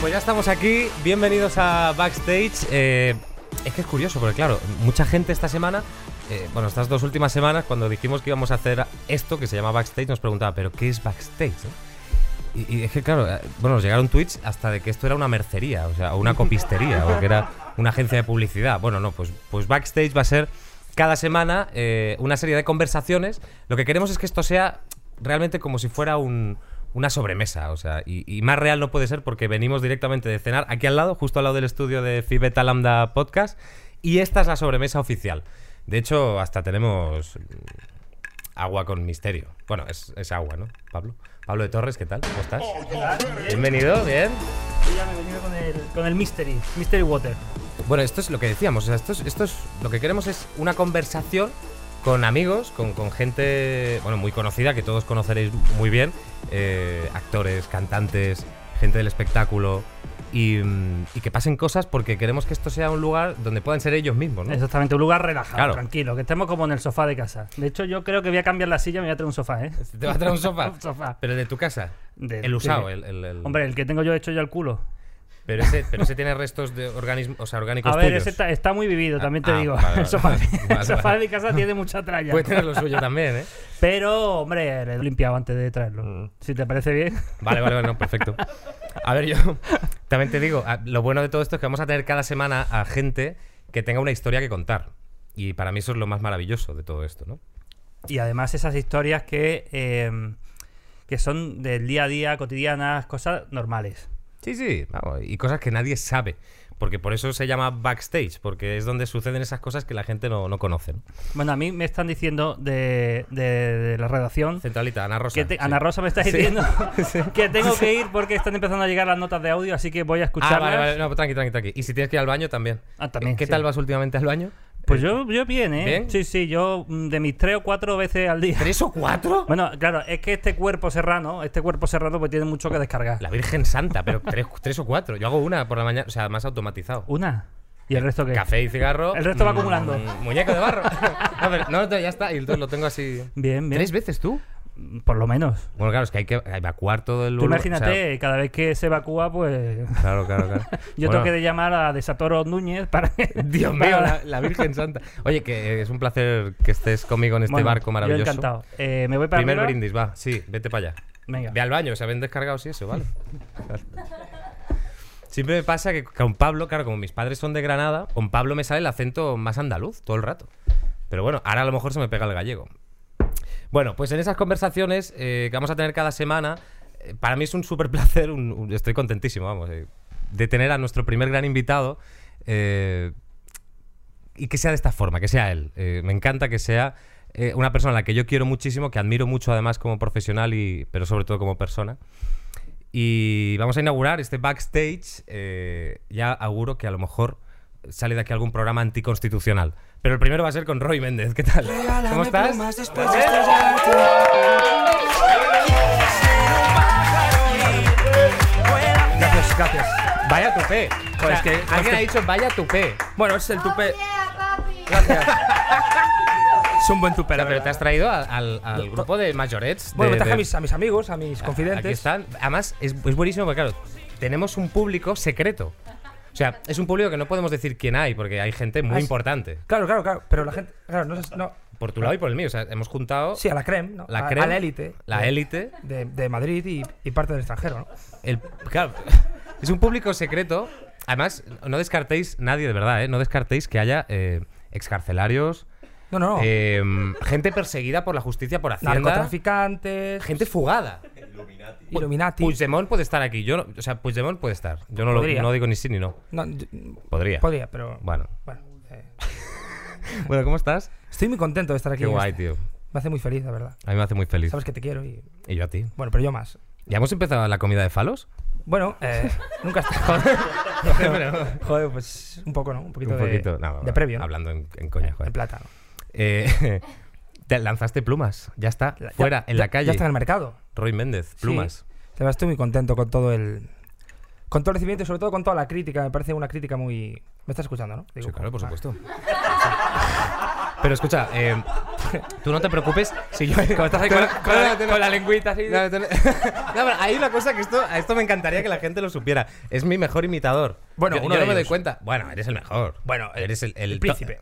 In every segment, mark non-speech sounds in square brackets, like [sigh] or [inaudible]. pues estamos aquí. Bienvenidos a Backstage. Eh, es que es curioso, porque claro, mucha gente esta semana, eh, bueno, estas dos últimas semanas, cuando dijimos que íbamos a hacer esto, que se llama Backstage, nos preguntaba, ¿pero qué es Backstage? no?". Y, y es que claro, eh, bueno, nos llegaron tweets hasta de que esto era una mercería, o sea, o una copistería, o que era una agencia de publicidad. Bueno, no, pues, pues Backstage va a ser cada semana eh, una serie de conversaciones. Lo que queremos es que esto sea realmente como si fuera un- una sobremesa, o sea, y, y más real no puede ser porque venimos directamente de cenar aquí al lado, justo al lado del estudio de Phi Beta Lambda Podcast, y esta es la sobremesa oficial. De hecho, hasta tenemos mm, agua con misterio. Bueno, es, es agua, ¿no? Pablo. Pablo de Torres, ¿qué tal? ¿Cómo estás? Bienvenido, bien. Yo ya me he venido con el, con el Mystery, Mystery Water. Bueno, esto es lo que decíamos, o sea, esto es, esto es lo que queremos es una conversación con amigos, con, con gente bueno, muy conocida, que todos conoceréis muy bien, eh, actores, cantantes, gente del espectáculo, y, mm, y que pasen cosas porque queremos que esto sea un lugar donde puedan ser ellos mismos, ¿no? Exactamente, un lugar relajado, Mm. Claro. tranquilo, que estemos como en el sofá de casa. De hecho, yo creo que voy a cambiar la silla y me voy a traer un sofá, ¿eh? Te va a traer un sofá, [laughs] Un sofá. pero el de tu casa, De- el usado, sí. el, el- el- Hombre, el que tengo yo hecho ya el culo. Pero ese, pero ese tiene restos de organismos, o sea, orgánicos A ver, tuyos. ese está, está muy vivido, también te ah, digo. [laughs] vale, vale, el sofá, vale, el vale, sofá vale. de mi casa tiene [laughs] mucha tralla. Puede tener lo suyo también, ¿eh? Pero, hombre, lo he limpiado antes de traerlo. Mm. Si te parece bien. Vale, vale, vale, no, perfecto. A ver, yo [laughs] también te digo, a- lo bueno de todo esto es que vamos a tener cada semana a gente que tenga una historia que contar. Y para mí eso es lo más maravilloso de todo esto, ¿no? Y además esas historias que, eh, que son del día a día, cotidianas, cosas normales. Sí, sí, vamos, y cosas que nadie sabe. Porque por eso se llama backstage, porque es donde suceden esas cosas que la gente no, no conoce. ¿no? Bueno, a mí me están diciendo de, de- de la redacción Centralita, Ana Rosa. que te- sí. Ana Rosa me [laughs] está Sí. diciendo que tengo que ir porque están empezando a llegar las notas de audio, así que voy a Ah, escucharlas. vale, vale, no, tranqui, tranqui, tranqui. Y si tienes que ir al baño también. Ah, también, ¿Qué sí. tal vas últimamente al baño? Pues yo, yo bien, ¿eh? ¿Bien? Sí, sí, yo mm, de mis tres o cuatro veces al día. ¿Tres o cuatro? Bueno, claro, es que este cuerpo serrano, este cuerpo serrano pues tiene mucho que descargar. La Virgen Santa, pero tres, tres o cuatro. Yo hago una por la mañana, o sea, más automatizado. Una. Uh, ¿Y el resto qué? Café y cigarro. El resto va mm, acumulando. Muñeco de barro. [laughs] no, pero- no, no, ya está. Y entonces lo tengo así. Bien, bien. ¿Tres veces tú? Por lo menos. Bueno, claro, es que hay que evacuar todo el Tú ur- o sea, imagínate, cada vez que se evacúa, pues... [laughs] claro, claro, claro. Yo Bueno, tengo que llamar a Desatoro Núñez para... [laughs] Dios mío, la, la Virgen Santa. Oye, que es un placer que estés conmigo en este Bueno, barco maravilloso. Yo encantado. Eh, me voy para Primer arriba. brindis, va. Sí, vete para allá. Venga. Ve al baño, se habían descargado sí eso, vale. [laughs] Siempre me pasa que con Pablo, claro, como mis padres son de Granada, con Pablo me sale el acento más andaluz todo el rato. Pero bueno, ahora a lo mejor se me pega el gallego. Bueno, pues en esas conversaciones eh, que vamos a tener cada semana, eh, para mí es un súper [laughs] placer, un- un- estoy contentísimo, vamos, eh, de tener a nuestro primer gran invitado. eh, y que sea de esta forma, que sea él. Eh, me encanta que sea eh, una persona a la que yo quiero muchísimo, que admiro mucho además como profesional, y, pero sobre todo como persona. Y vamos a inaugurar este backstage. eh, ya auguro que a lo mejor sale de aquí algún programa anticonstitucional. Pero el primero va a ser con Roy Méndez. ¿Qué tal? ¿Cómo estás? Gracias, gracias. Vaya tupé. O sea, es que- alguien ha dicho vaya tupé. Bueno, es el tupe. Es un buen O sea, tupero. pero te has traído al, al- al grupo de mayorets. Bueno, de- me traje de- a mis, a mis amigos, a mis confidentes. Aquí están. Además, es, es buenísimo porque, claro, tenemos un público secreto. O sea, es un público que no podemos decir quién hay, porque hay gente muy Ah, sí. importante. Claro, claro, claro. Pero la gente. Claro, no, es- no. Por tu lado y por el mío. O sea, hemos juntado Sí, a la creme, ¿no? la A- crema, A la élite. La de- élite. De, de Madrid y, y parte del extranjero, ¿no? El, claro, [laughs] es un público secreto. Además, no descartéis nadie, de verdad, ¿eh? No descartéis que haya eh, excarcelarios, No, no, no. eh, gente perseguida por la justicia, por Hacienda, Narcotraficantes. gente pues, eh, fugada. Illuminati. Puigdemont puede estar aquí. Yo no- o sea, Puigdemont puede estar. Yo no, lo, Podría. no digo ni sí ni no. No, yo- Podría. podría, pero. Bueno. Bueno. eh, Bueno, ¿cómo estás? estoy muy contento de estar aquí. Qué guay, tío. Me hace muy feliz, la verdad. A mí me hace muy feliz. Sabes que te quiero y. Y yo a ti. Bueno, pero yo más. ¿Ya hemos empezado la comida de falos? Bueno, [laughs] eh, nunca está. Pero- Joder, pues un poco, ¿no? Un poquito, Un de- poquito. de, No, no, no, previo. ¿no? Hablando en, en coña, joder. En plata. ¿no? Eh, [laughs] te lanzaste plumas. Ya está. La- ya- fuera, en ya- la calle. Ya está en el mercado. Roy Méndez, plumas. La verdad, estoy muy contento con todo el. Con todo el recibimiento y sobre todo con toda la crítica. Me parece una crítica muy. Me estás escuchando, ¿no? ah, Sí, Digo, claro, por ah, supuesto. [laughs] Pero escucha, eh, [laughs] tú no te preocupes si yo. [laughs] Como estás ahí con, la- con la- No, no, no. con la lengüita así. No, [laughs] tú no- No, pero hay una cosa que esto, a esto me encantaría que la gente lo supiera. Es mi mejor imitador. Bueno, Yo- uno yo de no me doy ellos. cuenta. Bueno, eres el mejor. Bueno, el- eres el, El, to- príncipe.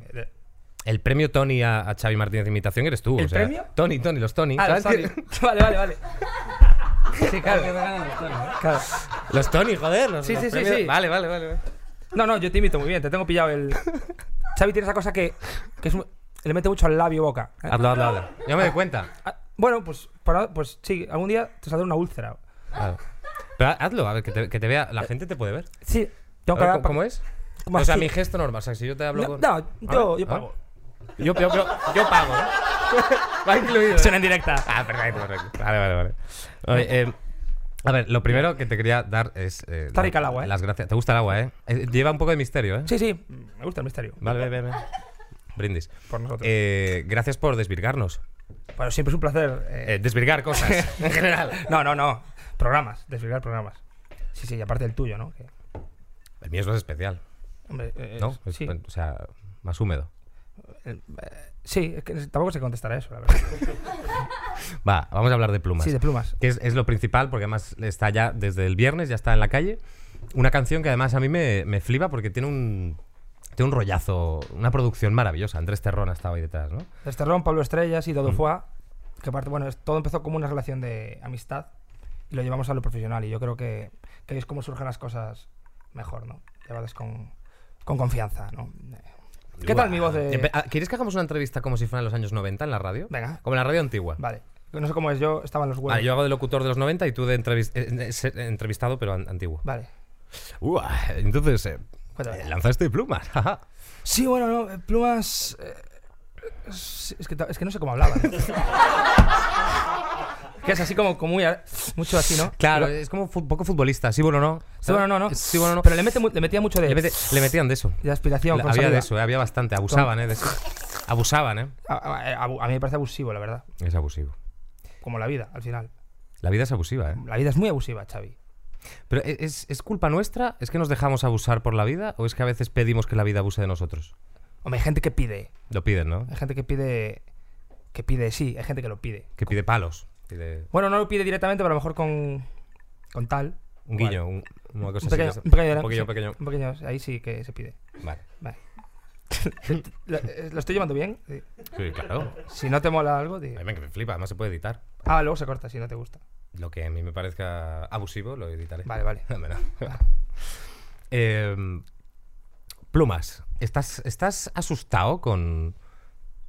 El premio Tony a, a Xavi Martínez de imitación eres tú. ¿El o sea, premio? Tony, Tony, los Tony. Ah, ¿sabes? sorry. vale, [laughs] vale, vale. Sí, claro. claro. [laughs] Los Tony, joder. Los, Sí, los sí, sí, premios- sí. Vale, vale, vale. vale. No, no, yo te imito muy bien, te tengo pillado el. Xavi tiene esa cosa que, que es un- le mete mucho al labio boca. Hazlo, hazlo, hazlo. Yo me doy cuenta. Ah, Bueno, pues, para- pues sí, algún día te saldrá una úlcera. Claro. Pero hazlo, a ver, que te, que te vea. La gente te puede ver. Sí, A tengo que ver, dar ¿cómo, cómo es? como o sea, así. mi gesto normal. O sea, si yo te hablo No, con. no, A yo- ver, yo a pago. ver. Yo, yo, yo, yo pago. [laughs] ¿no? Va incluido. ¿eh? Suena en directa. Ah, perfecto, perfecto. Vale, vale, vale. Oye, eh, a ver, lo primero que te quería dar es. eh, Está la- rica el agua, ¿eh? Las gracias. Te gusta el agua, ¿eh? Eh, Lleva un poco de misterio, ¿eh? Sí, sí, me gusta el misterio. Vale, vale, [laughs] vale. vale. Brindis. Por nosotros. Eh, gracias por desvirgarnos. Bueno, siempre es un placer. eh, Eh, desvirgar [laughs] cosas, en general. No, no, no. Programas, desfilar programas. Sí, sí, y aparte el tuyo, ¿no? Que, El mío es más especial, hombre, eh, ¿no? pues, Sí, Es- O sea, más húmedo. sí es que tampoco sé contestar a [laughs] eso, la verdad. Va, vamos a hablar de plumas. Sí, de plumas. que es, es lo principal, porque además está ya desde el viernes, ya está en la calle. Una canción que además a mí me, me flipa porque tiene un, tiene un rollazo, una producción maravillosa. Andrés Terrón ha estado ahí detrás, ¿no? Esterrón, Pablo Estrellas y Mm. Dodo Fua, que aparte, bueno, es- todo empezó como una relación de amistad y lo llevamos a lo profesional y yo creo que, que es como surgen las cosas mejor, ¿no? Llevadas con, con confianza, ¿no? ¿Qué tal mi voz de...? Empe- ah, ¿Quieres que hagamos una entrevista como si fueran los años 90 en la radio? Venga, Como en la radio antigua. vale. No sé cómo es, yo estaba en los huevos. Vale, Ah, yo hago de locutor de los 90 y tú de entrevis- eh, eh, se- eh, entrevistado, pero an- antiguo. Vale. Uah, entonces, eh, Cuéntame. eh, lanzaste [laughs] plumas. jaja. Sí, bueno, no, eh, plumas... eh, es, es que, ta- es que no sé cómo hablaba. [laughs] ¿no? que es así como, como muy... a- Mucho así, ¿no? claro, es como fu- poco futbolista. Sí, bueno, no. Sí, bueno, no, no. Sí, bueno, no. Pero le, mete mu- le metía mucho de, Le, mete- le metían de eso. de aspiración. Le- con había de saliva. eso, eh, había bastante. Abusaban, ¿eh? De eso. Abusaban, ¿eh? A, a- a- a mí me parece abusivo, la verdad. Es abusivo. Como la vida, al final. La vida es abusiva, ¿eh? La vida es muy abusiva, Xavi. Pero ¿e- ¿es, ¿es culpa nuestra? ¿Es que nos dejamos abusar por la vida? ¿O es que a veces pedimos que la vida abuse de nosotros? Hombre, hay gente que pide. Lo piden, ¿no? Hay gente que pide. Que pide, sí, hay gente que lo pide. Que pide palos. Pide Bueno, no lo pide directamente, pero a lo mejor con. Con tal. un Vale. guiño, un- una cosa Un pequeño, así. un pequeño, un poquillo, sí, pequeño. un pequeño, ahí sí que se pide. Vale. Vale. [laughs] ¿Lo, eh, lo estoy llevando bien? Sí. Sí, claro. Si no te mola algo, A di- mí me me flipa, además se puede editar. Ah, luego se corta si no te gusta. Lo que a mí me parezca abusivo lo editaré. [laughs] Vale, vale. [laughs] Hombre, no. Eh, plumas, ¿estás, estás asustado con,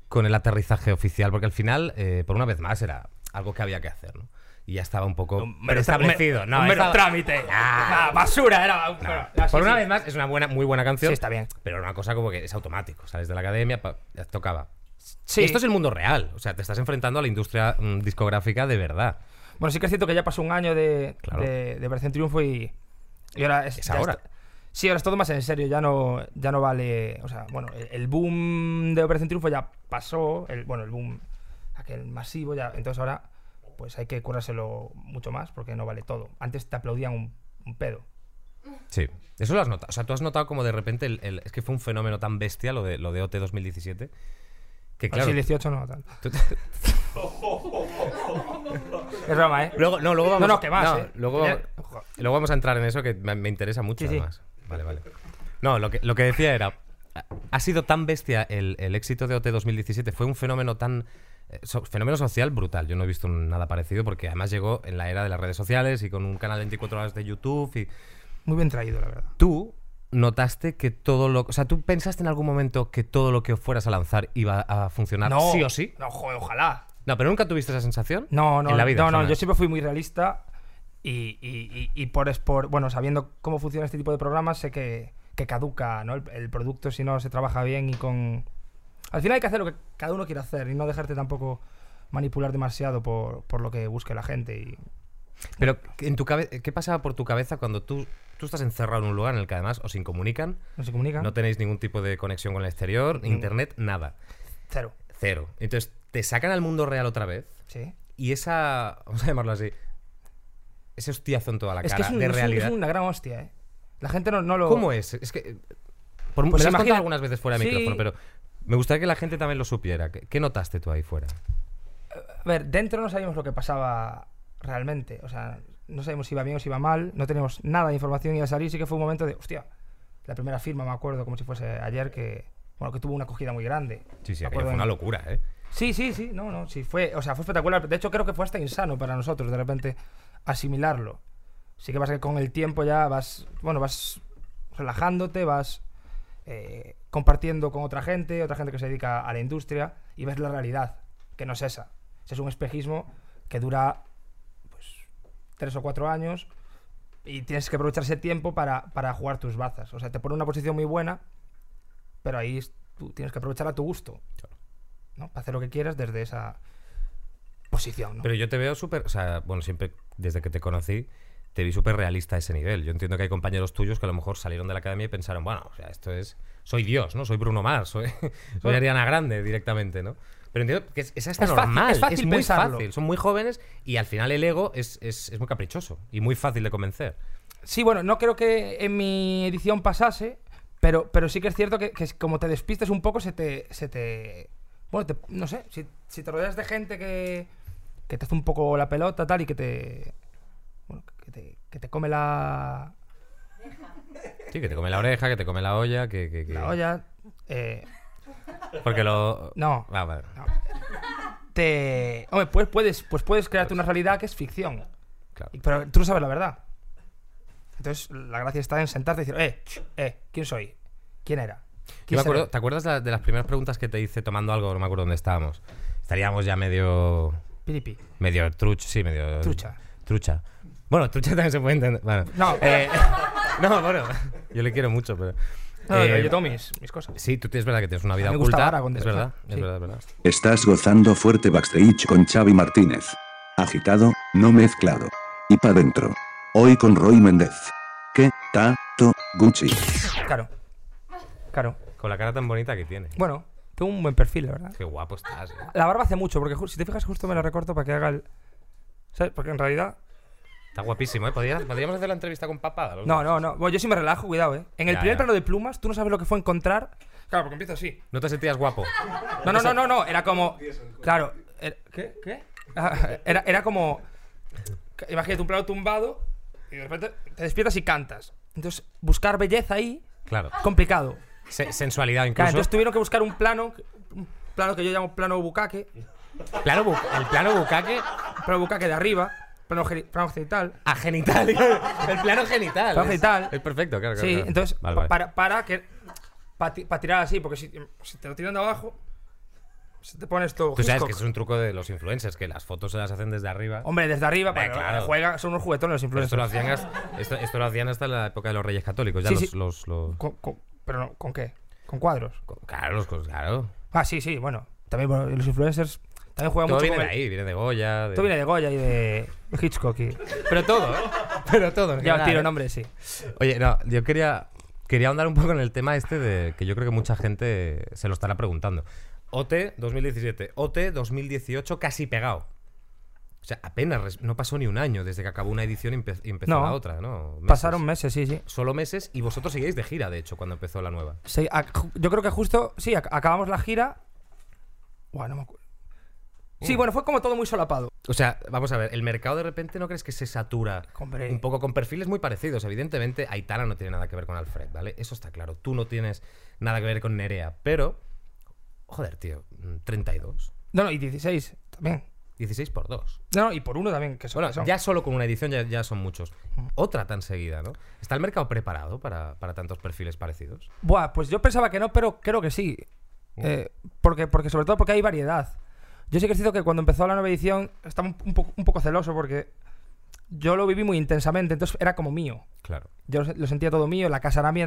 con el aterrizaje oficial? Porque al final, eh, por una vez más, era algo que había que hacer, ¿no? Y ya estaba un poco preestablecido. No, Un mero estaba- trámite. Ah, basura era. No. bueno, así, por una sí. vez más, es una buena, muy buena canción. Sí, está bien. Pero era una cosa como que es automático. Sales de la academia, pa, ya tocaba. Sí. Y esto es el mundo real. O sea, te estás enfrentando a la industria mm, discográfica de verdad. Bueno, sí que es cierto que ya pasó un año de, Claro. de, de Operación Triunfo y, y ahora es, Es ya ahora. está- sí, ahora es todo más en serio, ya no, ya no vale... O sea, bueno, el, el boom de Operación Triunfo ya pasó, el, bueno, el boom aquel masivo ya, entonces ahora pues hay que curárselo mucho más porque no vale todo. Antes te aplaudían un, un pedo. Sí. Eso lo has notado. O sea, tú has notado como de repente el, el- es que fue un fenómeno tan bestia lo de, lo de OT 2017. Que claro. Así 18 no, tal. tú- Es broma, ¿eh? [laughs] luego, no, luego vamos No, no, que más, no, ¿eh? Luego, Ya- Ojo. luego vamos a entrar en eso que me, me interesa mucho Sí, sí. además. Vale, vale. No, lo que, lo que decía era. ha- Ha sido tan bestia el, el éxito de OT 2017, fue un fenómeno tan. eh, so- fenómeno social brutal. Yo no he visto nada parecido porque además llegó en la era de las redes sociales y con un canal de 24 horas de YouTube y. Muy bien traído, la verdad. tú notaste que todo lo... O sea, ¿tú pensaste en algún momento que todo lo que fueras a lanzar iba a funcionar No. sí o sí? No, joder, ojalá. No, pero nunca tuviste esa sensación. No, no, en la vida, no, no, jamás. yo siempre fui muy realista y, y- y- y por, es- por- bueno, sabiendo cómo funciona este tipo de programas, sé que, que caduca, ¿no? El, el producto si no se trabaja bien y con... Al final hay que hacer lo que cada uno quiere hacer y no dejarte tampoco manipular demasiado por, por lo que busque la gente. Y... Pero en tu cabe- ¿qué pasaba por tu cabeza cuando tú, tú estás encerrado en un lugar en el que además os incomunican? No se comunican. No tenéis ningún tipo de conexión con el Mm. exterior, internet, nada. Cero. Cero. Entonces, te sacan al mundo real otra vez Sí. y esa... [laughs] Vamos a llamarlo así. Ese hostiazo en toda la Es cara que es, un- de es un- realidad. es una gran hostia, ¿eh? La gente no, no lo... ¿Cómo es? Es que. eh, Por, me Pues lo has contado imagina- algunas veces fuera de Sí. micrófono, pero Me gustaría que la gente también lo supiera. ¿Qué, qué notaste tú ahí fuera? A ver, dentro no sabíamos lo que pasaba realmente. O sea, no sabíamos si iba bien o si iba mal. No teníamos nada de información y al salir sí que fue un momento de, hostia, la primera firma, me acuerdo, como si fuese ayer, que, bueno, que tuvo una acogida muy grande. Sí, sí, aquello Me acuerdo fue en- una locura, ¿eh? Sí, sí, sí, no, no, sí, fue, o sea, fue espectacular. De hecho, creo que fue hasta insano para nosotros, de repente, asimilarlo. Sí que pasa que con el tiempo ya vas, bueno, vas relajándote, vas eh, compartiendo con otra gente, otra gente que se dedica a la industria, y ves la realidad, que no es esa. Ese es un espejismo que dura, pues, tres o cuatro años, y tienes que aprovechar ese tiempo para, para jugar tus bazas. O sea, te pone en una posición muy buena, pero ahí es- tú tienes que aprovechar a tu gusto. ¿no? Para hacer lo que quieras desde esa posición, ¿no? Pero yo te veo súper, o sea, bueno, siempre desde que te conocí, te vi súper realista a ese nivel. Yo entiendo que hay compañeros tuyos que a lo mejor salieron de la academia y pensaron, bueno, o sea, esto es, soy Dios, ¿no? Soy Bruno Mars, soy, [laughs] soy Ariana Grande directamente, ¿no? Pero entiendo que es, es hasta Es fácil- normal, es fácil muy pensarlo. fácil. Son muy jóvenes y al final el ego es, es- es muy caprichoso y muy fácil de convencer. Sí, bueno, no creo que en mi edición pasase, pero, pero sí que es cierto que, que como te despistes un poco, se te. Se te bueno, te- no sé, si, si te rodeas de gente que, que te hace un poco la pelota, tal, y que te. Bueno, que te, que te come la, Sí, que te come la oreja, que te come la olla, que... que- que- la olla. eh, Porque lo... no. Ah, vale. te. Hombre, pues puedes, pues puedes crearte una realidad que es ficción. Claro. Y- Pero tú no sabes la verdad. Entonces, la gracia está en sentarte y decir, eh, ch, eh, ¿quién soy? ¿Quién era? Yo ¿Quién me acuerdo- seré?". ¿Te acuerdas la- de las primeras preguntas que te hice tomando algo? No me acuerdo dónde estábamos. Estaríamos ya medio Piripi. Medio trucha, sí, medio. Trucha. Trucha. Bueno, trucha también se puede entender. Bueno. No, Eh, [laughs] no, bueno, yo le quiero mucho, pero. no, no, eh, yo tengo mis, mis cosas. Sí, tú tienes verdad que tienes una vida me gusta oculta. Aragorn, de es verdad, verdad, es sí. verdad, es verdad. Estás gozando fuerte backstage con Xavi Martínez. Agitado, no mezclado. Y pa' dentro. Hoy con Roy Méndez. Que, ta, to, Gucci. Claro. Claro. Con la cara tan bonita que tiene. Bueno, tengo un buen perfil, la verdad. Qué guapo estás. eh. La barba hace mucho, porque ju- si te fijas, justo me la recorto para que haga el. ¿Sabes? Porque en realidad. Está guapísimo, ¿eh? ¿Podrías- Podríamos hacer la entrevista con papada. los No, dos. no, no. Bueno, yo sí me relajo, cuidado, eh. En el Ya, primer ya. plano de plumas, tú no sabes lo que fue encontrar. Claro, porque empieza así. No te sentías guapo. No, no, no, no, no, era como. Claro. era- ¿Qué? ¿Qué? Ah, Era, era como. Imagínate un plano tumbado y de repente te despiertas y cantas. Entonces, buscar belleza ahí, Claro. complicado. Se- sensualidad Claro, incluso. entonces tuvieron que buscar un plano, un plano que yo llamo plano bucaque, Plano bu- el plano bucaque plano bucaque de arriba, plano, geni- plano occidental. a genital. el plano genital. Plano es- genital. Es perfecto, claro. claro, Sí, claro. entonces, Vale, pa- vale. Para, para que. Para tirar así, porque si, si te lo tiran de abajo, se te pone esto. Tú sabes Hitchcock. que es un truco de los influencers, que las fotos se las hacen desde arriba. Hombre, desde arriba, Hombre, para claro. juega, son unos juguetones los Pero influencers. esto lo, hacían hasta, esto, esto lo hacían hasta la época de los reyes católicos. Ya Sí, los, sí. los- los- Con- con- pero no, ¿con qué? ¿Con cuadros? Claro, los cos- claro. Ah, sí, sí, bueno. También bueno, los influencers también juegan Todo mucho viene de con el- ahí, viene de Goya. de- Todo viene de Goya [laughs] y de Hitchcock. Y... Pero todo, [laughs] ¿eh? Pero todo. en Ya os general, tiro ¿eh? nombre, sí. Oye, no, yo quería, quería ahondar un poco en el tema este de que yo creo que mucha gente se lo estará preguntando. OT 2017, OT 2018 casi pegado. O sea, apenas, res- no pasó ni un año desde que acabó una edición y, empe- y empezó No. la otra, ¿no? Meses. Pasaron meses, sí, sí. Solo meses y vosotros seguíais de gira, de hecho, cuando empezó la nueva. Sí, a- ju- yo creo que justo, sí, ac- acabamos la gira. Bueno, no me acuerdo. Sí, bueno, fue como todo muy solapado. O sea, vamos a ver, el mercado de repente no crees que se satura Hombre. un poco con perfiles muy parecidos. Evidentemente, Aitana no tiene nada que ver con Alfred, ¿vale? Eso está claro. Tú no tienes nada que ver con Nerea, pero. Joder, tío, mm, 32. No, no, y 16 también. 16 por 2. No, no, y por uno también, que son. Bueno, son- ya solo con una edición ya, ya son muchos. Otra tan seguida, ¿no? ¿Está el mercado preparado para, para tantos perfiles parecidos? Buah, pues yo pensaba que no, pero creo que sí. Eh, porque, porque sobre todo porque hay variedad. Yo sí que es cierto que cuando empezó la nueva edición estaba un, un poco, un poco celoso porque yo lo viví muy intensamente, entonces era como mío. Claro. Yo lo sentía todo mío, la casa era mía.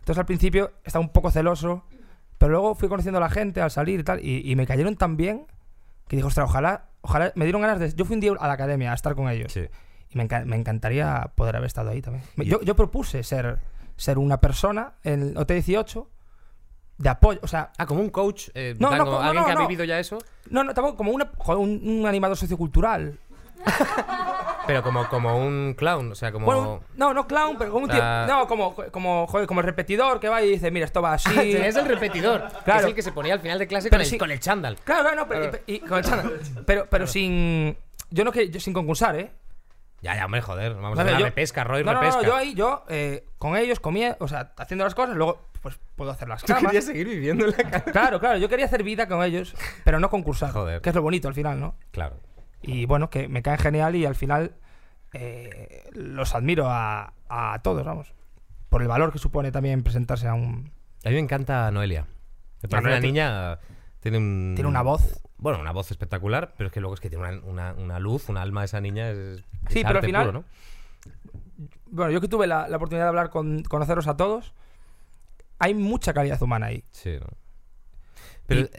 Entonces al principio estaba un poco celoso, pero luego fui conociendo a la gente al salir y tal, y, y me cayeron tan bien que dije, ostras, ojalá, ojalá, me dieron ganas de... Yo fui un día a la academia a estar con ellos. Sí. Y me, enca- me encantaría poder haber estado ahí también. Me- Yo, yo propuse ser, ser una persona en OT18 de apoyo, o sea, Ah, como un coach, eh, No, plan, no, como no, alguien no, que ha no. vivido ya eso. no, no, tampoco como una, joder, un, un animador sociocultural. Pero como, como un clown, o sea, como. Bueno, no, no clown, pero como un tío. Ah. No, como, como, joder, como el repetidor que va y dice, mira, esto [laughs] va así. es el repetidor. que Claro. es el que se ponía al final de clase Pero con, sí. el, con el chándal. Claro, claro, no, pero, y- y- con el chándal. pero, pero sin. Yo no que. yo sin concursar, ¿eh? Ya, ya, hombre, joder. Vamos Vale, a ver, yo- Pues repesca, Roy, no, no, no, repesca. yo ahí, yo, eh, con ellos comía, o sea, haciendo las cosas, luego, pues puedo hacer las Tú camas. querías seguir viviendo en la cara. Claro, claro, yo quería hacer vida con ellos, pero no concursar. Joder. Que es lo bonito al final, ¿no? Claro. Y bueno, que me caen genial y al final eh, los admiro a, a todos, vamos. Por el valor que supone también presentarse a un. A mí me encanta Noelia. Me parece Noelia una tiene- niña. Tiene, un- Tiene una voz. Bueno, una voz espectacular, pero es que luego es que tiene una, una- una luz, una alma esa niña. Es, es Sí, pero arte al final- puro, ¿no? Bueno, yo que tuve la, la oportunidad de hablar con conoceros a todos, hay mucha calidad humana ahí. Sí, ¿no? Pero Y-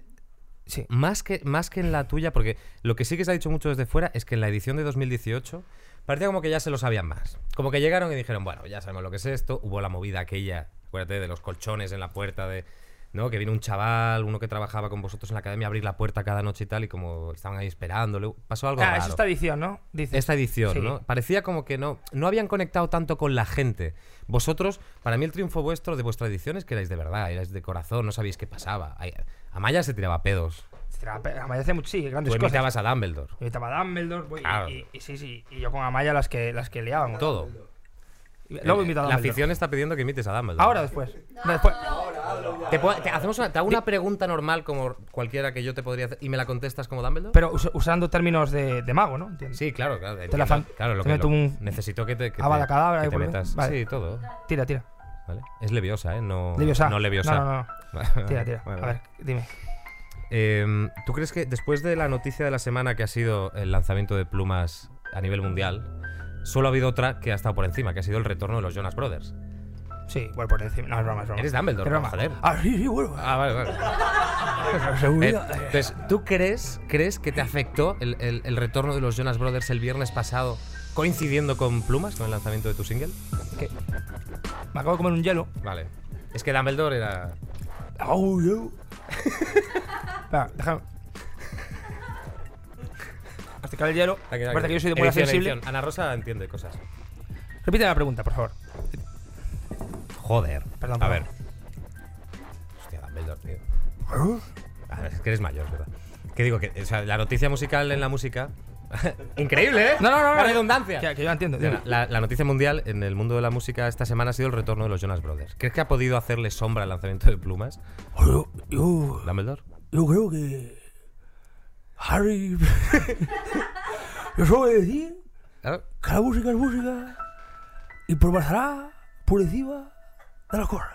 Sí. más, que, más que en la tuya, porque lo que sí que se ha dicho mucho desde fuera es que en la edición de 2018 parecía como que ya se lo sabían más. Como que llegaron y dijeron, bueno, ya sabemos lo que es esto. Hubo la movida aquella, acuérdate, de los colchones en la puerta de... ¿no? Que vino un chaval, uno que trabajaba con vosotros en la academia, a abrir la puerta cada noche y tal, y como estaban ahí esperándole. Pasó algo Ah, es raro. esta edición, ¿no? Dice. esta edición, Sí. ¿no? Parecía como que no, no habían conectado tanto con la gente. Vosotros, para mí el triunfo vuestro de vuestra edición es que erais de verdad, erais de corazón, no sabíais qué pasaba. Ay, Amaya se tiraba pedos. Amaya hace mucho, sí, Tú grandes cosas. imitabas a Dumbledore. Yo estaba Dumbledore, voy- y- Claro. y, y sí, sí, y yo con Amaya las que las que liábamos. Todo. Y Luego invito a la Dumbledore. afición está pidiendo que imites a Dumbledore. Ahora o después. No, después. te, puedo- te hacemos una, te hago una pregunta normal como cualquiera que yo te podría hacer y me la contestas como Dumbledore. Pero us- usando términos de, de mago, ¿no? Entiendo. sí, claro, claro. Te la entiendo. fan- claro, lo te que meto lo- un- necesito que te, que Abada te- cadabra que y te vuelve. metas. Vale. Sí, todo. Tira, tira. ¿vale? Es leviosa, ¿eh? No Leviosa. No leviosa. No, [laughs] no, no. Tira, tira. Bueno. A ver, dime. Eh, ¿Tú crees que después de la noticia de la semana que ha sido el lanzamiento de plumas a nivel mundial, solo ha habido otra que ha estado por encima, que ha sido el retorno de los Jonas Brothers? Sí, bueno, por encima. No, es broma, es broma. Eres Dumbledore, Es broma. joder. Ah, sí, sí, bueno. Ah, vale, vale. Eh, Seguridad. entonces, ¿tú crees, crees que te afectó el, el- el retorno de los Jonas Brothers el viernes pasado coincidiendo con plumas, con el lanzamiento de tu single? Eh, Que- Me acabo de comer un hielo. Vale. Es que Dumbledore era... Au, yo. Venga, déjame. Masticar el hielo. Aquí, aquí, Aparte que yo soy de muy edición, sensible. edición. Ana Rosa entiende cosas. Repite la pregunta, por favor. Joder. Perdón, A ver. perdón. Hostia, Dumbledore, tío. ¿Eh? A ver, es que eres mayor, es ¿verdad? Que digo que o sea, la noticia musical en la música. [laughs] Increíble, ¿eh? No, no, no, La no. redundancia. Que, que yo la entiendo. dime. La, la noticia mundial en el mundo de la música esta semana ha sido el retorno de los Jonas Brothers. ¿Crees que ha podido hacerle sombra al lanzamiento de plumas, Yo, yo- Dumbledore? yo creo que. Harry. [laughs] yo solo voy a decir Claro. que la música es música y permanecerá por encima de las cosas.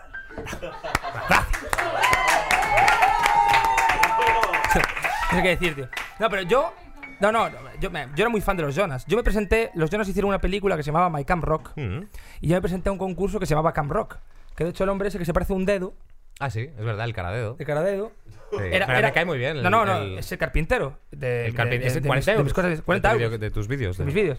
No sé qué decir, tío. No, pero yo. No, no, no, yo, me- yo era muy fan de los Jonas. Yo me presenté. Los Jonas hicieron una película que se llamaba My Camp Rock. Mm. Y yo me presenté a un concurso que se llamaba Camp Rock. Que de hecho el hombre ese que se parece a un dedo, Ah, sí, es verdad, el caradedo. de cara a dedo. Sí, pero me cae muy bien. no, el- no, no, el- es el carpintero. De, el carpintero. de- Ese de mis- 40 de euros. mis cosas, 40 de tu euros. vídeo- De tus vídeos. de de- mis vídeos.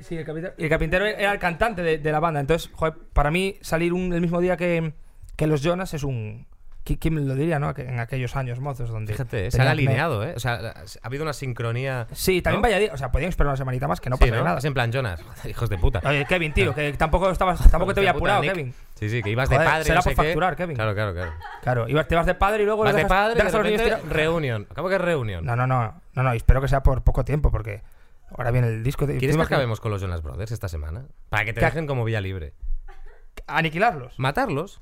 Sí, el carpintero. Y el carpintero era el cantante de, de la banda. Entonces, joder, para mí salir un- el mismo día que, que los Jonas es un. qui- ¿Quién lo diría, no? Aqu- En aquellos años mozos donde. Fíjate, eh, se han tenían- alineado, ¿eh? O sea, ha habido una sincronía. Sí, también ¿no? vaya día. O sea, podían esperar una semanita más que no Sí, pasaría ¿no? nada. Es en plan Jonas. [laughs] Joder, hijos de puta. Oye, [laughs] Kevin, tío, que tampoco, estabas, tampoco te Hijos de había puta, apurado, Nick. Kevin. Sí, sí, que ibas de Joder, padre. será no sé por qué. facturar, Kevin. Claro, claro, claro. Claro, ibas, te vas de padre y luego. Vas los de dejas- padre, dejas de a los niños repente, tirados. reunión. Acabo que reunión. No, no, no, no, no, y espero que sea por poco tiempo, porque ahora viene el disco. de- ¿Quieres ¿te que imaginas? acabemos con los Jonas Brothers esta semana? Para que te Que- dejen como vía libre. Aniquilarlos. ¿Matarlos?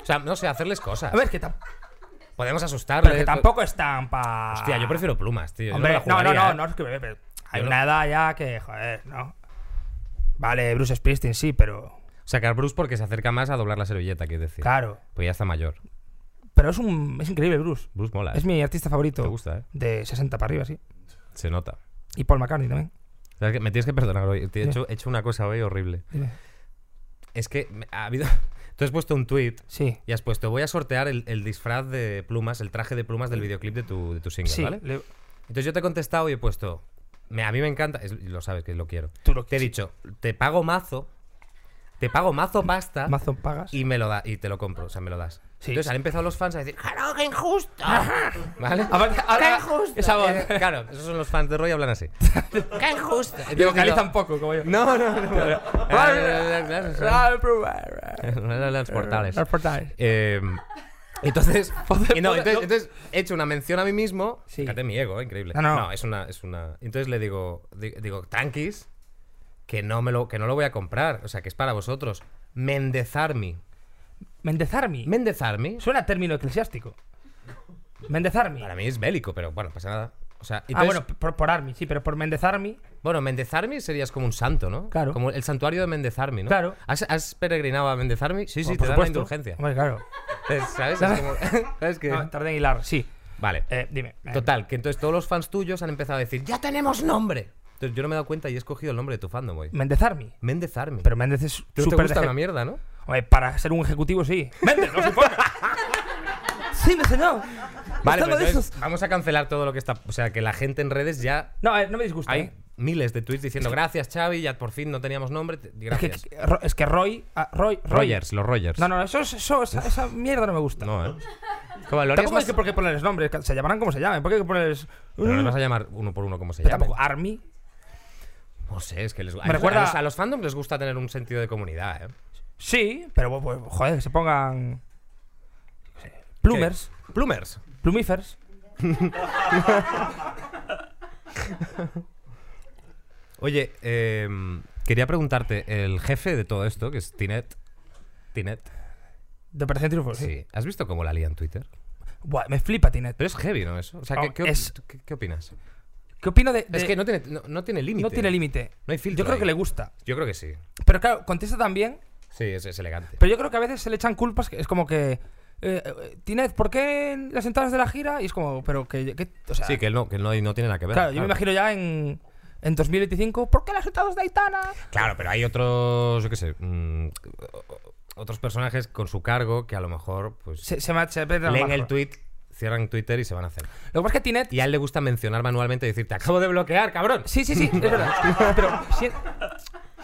O sea, no sé, hacerles cosas. A ver, que, tam- Podemos pero asustarles. que tampoco están pa... pues- Hostia, yo prefiero plumas, tío. Yo Hombre, no, me la no, no, jugaría, no, ¿eh? no, es que bebé, pero hay Yo no- una edad ya que, joder, no. Vale, Bruce Springsteen sí, pero O sea, que a Bruce porque se acerca más a doblar la servilleta, quiero decir. claro. Pues ya está mayor. Pero es un es increíble Bruce. Bruce mola. Es ¿eh? mi artista favorito. Te gusta, ¿eh? De 60 para arriba, sí. Se nota. Y Paul McCartney también. ¿Sabes qué? Me tienes que perdonar hoy. Te he Sí. hecho, he hecho una cosa hoy horrible. Dime. Es que me- ha habido. [laughs] Tú has puesto un tweet Sí. y has puesto: Voy a sortear el, el disfraz de plumas, el traje de plumas del videoclip de tu, de tu single, Sí, ¿vale? le- Entonces yo te he contestado y he puesto, me- a mí me encanta, es- lo sabes que lo quiero. tú lo Te he sí, dicho, te pago mazo, te pago mazo pasta Mazo pagas. Ah. y me lo da y te lo compro, o sea, me lo das. Sí. Entonces han empezado los fans a decir, ¡Claro, qué [laughs] injusto! ¿Vale? Aparte, ahora- Esa voz. Eh, [laughs] claro, esos son los fans de Roy hablan así. [laughs] ¡Qué injusto! Y vocalizan poco, como yo. eh, No, no, no. [laughs] Los portales. Los portales. Eh, [laughs] entonces, y no, entonces, no. entonces he hecho una mención a mí mismo. Sí. Fíjate mi ego, eh, increíble. No, no. es una, es una. Entonces le digo, di- digo, tanquis, que no me lo, que no lo voy a comprar. O sea, que es para vosotros. Mendezarmi. Mendezarmi. Mendezarmi. Suena a término eclesiástico. Mendezarmi. Para mí es bélico, pero bueno, pasa nada. O sea, ah, entonces- bueno, por, por Army, sí, pero por Mendezarmi. Bueno, Mendezarmi serías como un santo, ¿no? Claro. Como el santuario de Mendezarmi, ¿no? Claro. ¿Has, has peregrinado a Mendezarmi? Sí, sí, Bueno, te por dan la supuesto. indulgencia. Hombre, claro. Es- [laughs] ¿Sabes? Es como- [laughs] ¿Sabes qué? No, tardé en hilar, sí. Vale. Eh, dime. eh, Total, que entonces todos los fans tuyos han empezado a decir, ¡ya tenemos nombre! Entonces yo no me he dado cuenta y he escogido el nombre de tu fandom, güey. Mendezarmi. Mendezarmi. Pero Méndez es ¿Tú te súper gusta deje- una mierda, ¿no? Hombre, para ser un ejecutivo, sí. ¡Méndez, no se [laughs] ponga! ¡Sí, me señor! Vale, Estamos pues de entonces vamos a cancelar todo lo que está... O sea, que la gente en redes ya... No, eh, no me disgusta. Hay eh. miles de tweets diciendo, gracias Xavi, ya por fin no teníamos nombre, te- Es que, gracias. que- Ro- es que Roy, ah, Roy, Roy- Rogers, los Rogers. No, no, eso, es- eso, esa, esa mierda no me gusta. No, ¿eh? Como lo harías Tampoco más- es que por qué ponerles nombres, que se llamarán como se llamen. ¿Por qué hay que ponerles.? Pero no les vas a llamar uno por uno como se Pero llama. tampoco Army. No sé, es que les Me recuerda- a, los, a los fandom les gusta tener un sentido de comunidad, ¿eh? Sí, pero pues, joder, que se pongan. yo qué sé, Plumers, ¿Qué? Plumers. plumífers. Oye, em, quería preguntarte, el jefe de todo esto, que es Tinet. Tinet. De Operación Triunfo, sí. Sí. ¿Has visto cómo la lía en Twitter? Buah, me flipa Tinet. Pero es heavy, ¿no? Eso. O sea, Oh, ¿qué, qué op- es- qué- qué opinas? ¿Qué opino de.? Es de- que no tiene, no, no tiene límite. no tiene límite. No hay filtro Yo creo ahí. que le gusta. Yo creo que sí. Pero claro, contesta también. Sí, es, es elegante. Pero yo creo que a veces se le echan culpas. que Es como que. eh, eh, Tinet, ¿por qué en las entradas de la gira? Y es como, pero que. que- o sea, sí, que él no, que él no, no tiene nada que ver. Claro, yo me imagino ya en, en 2025, ¿por qué las entradas de Aitana? Claro, pero hay otros, yo qué sé, mm, otros personajes con su cargo que a lo mejor pues Se, se, ma- se aprieta leen abajo. el tweet, cierran Twitter y se van a hacer. Lo que pasa es que Tinet. Y a él le gusta mencionar manualmente y decirte, acabo de bloquear, cabrón. Sí, sí, sí, es verdad. Pero si-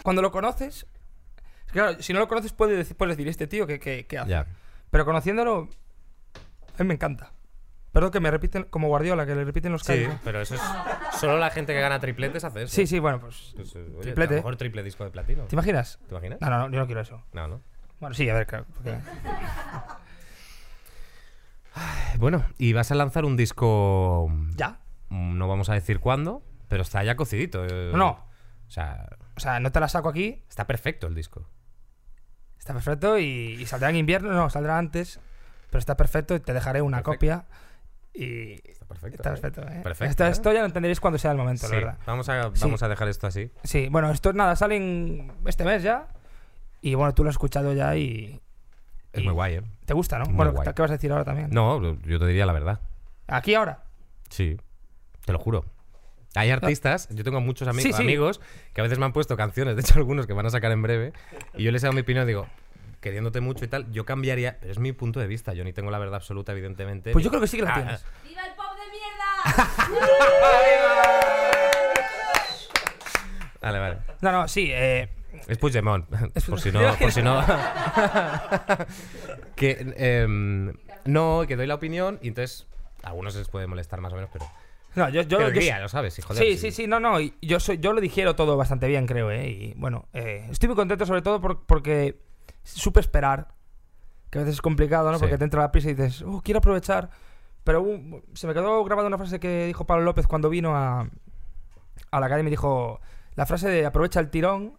cuando lo conoces. es que Claro, si no lo conoces, puedes decir, puedes decir este tío que, que- que hace. Ya. Pero conociéndolo. A mí me encanta. Perdón que me repiten, como Guardiola, que le repiten los Sí, cambios. pero eso es. Solo la gente que gana tripletes hace eso. Sí, sí, bueno, pues. Pues, eh, oye, Triplete. A lo mejor triple disco de platino. ¿Te ¿Te imaginas? imaginas? No, no, no, yo no quiero eso. No, no. Bueno, sí, a ver, claro. porque- Eh, Bueno, y vas a lanzar un disco. Ya. mm, No vamos a decir cuándo, pero está ya cocidito. eh. No, no. O sea, O sea, no te la saco aquí. está perfecto el disco. Está perfecto y, y saldrá en invierno, no, saldrá antes, pero está perfecto y te dejaré una Perfecto. copia. Y Está perfecto. está ¿eh? perfecto, ¿eh? Perfecto, Esto, ¿eh? esto ya lo entenderéis cuando sea el momento, Sí, la verdad. Vamos, a, Sí. vamos a dejar esto así. Sí, bueno, esto nada, salen este mes ya. Y bueno, tú lo has escuchado ya y. Es y muy guay, ¿eh? ¿Te gusta, no? Muy bueno, guay. ¿qué vas a decir ahora también? No, yo te diría la verdad. Aquí ahora. Sí, te lo juro. Hay artistas, yo tengo muchos ami- Sí, sí. amigos que a veces me han puesto canciones, de hecho algunos que van a sacar en breve, y yo les hago mi opinión, digo, queriéndote mucho y tal, yo cambiaría, pero es mi punto de vista, yo ni tengo la verdad absoluta, evidentemente. Pues yo ni- creo que sí que la Ah, tienes. ¡Viva el pop de mierda! Vale, vale. No, no, sí. eh, Es Puigdemont, [laughs] por si no... Por si no [laughs] que, em, no, que doy la opinión y entonces a algunos les puede molestar más o menos, pero... no, yo. yo, pero yo- guía, lo sabes, hijo de... Sí, sí, sí, no, no. y Yo, soy, yo lo digiero todo bastante bien, creo, ¿eh? Y bueno, eh, estoy muy contento sobre todo por- porque supe esperar, que a veces es complicado, ¿no? Sí. Porque te entra la prisa y dices, oh, quiero aprovechar. Pero uh, se me quedó grabada una frase que dijo Pablo López cuando vino a, a la academia. Dijo la frase de aprovecha el tirón.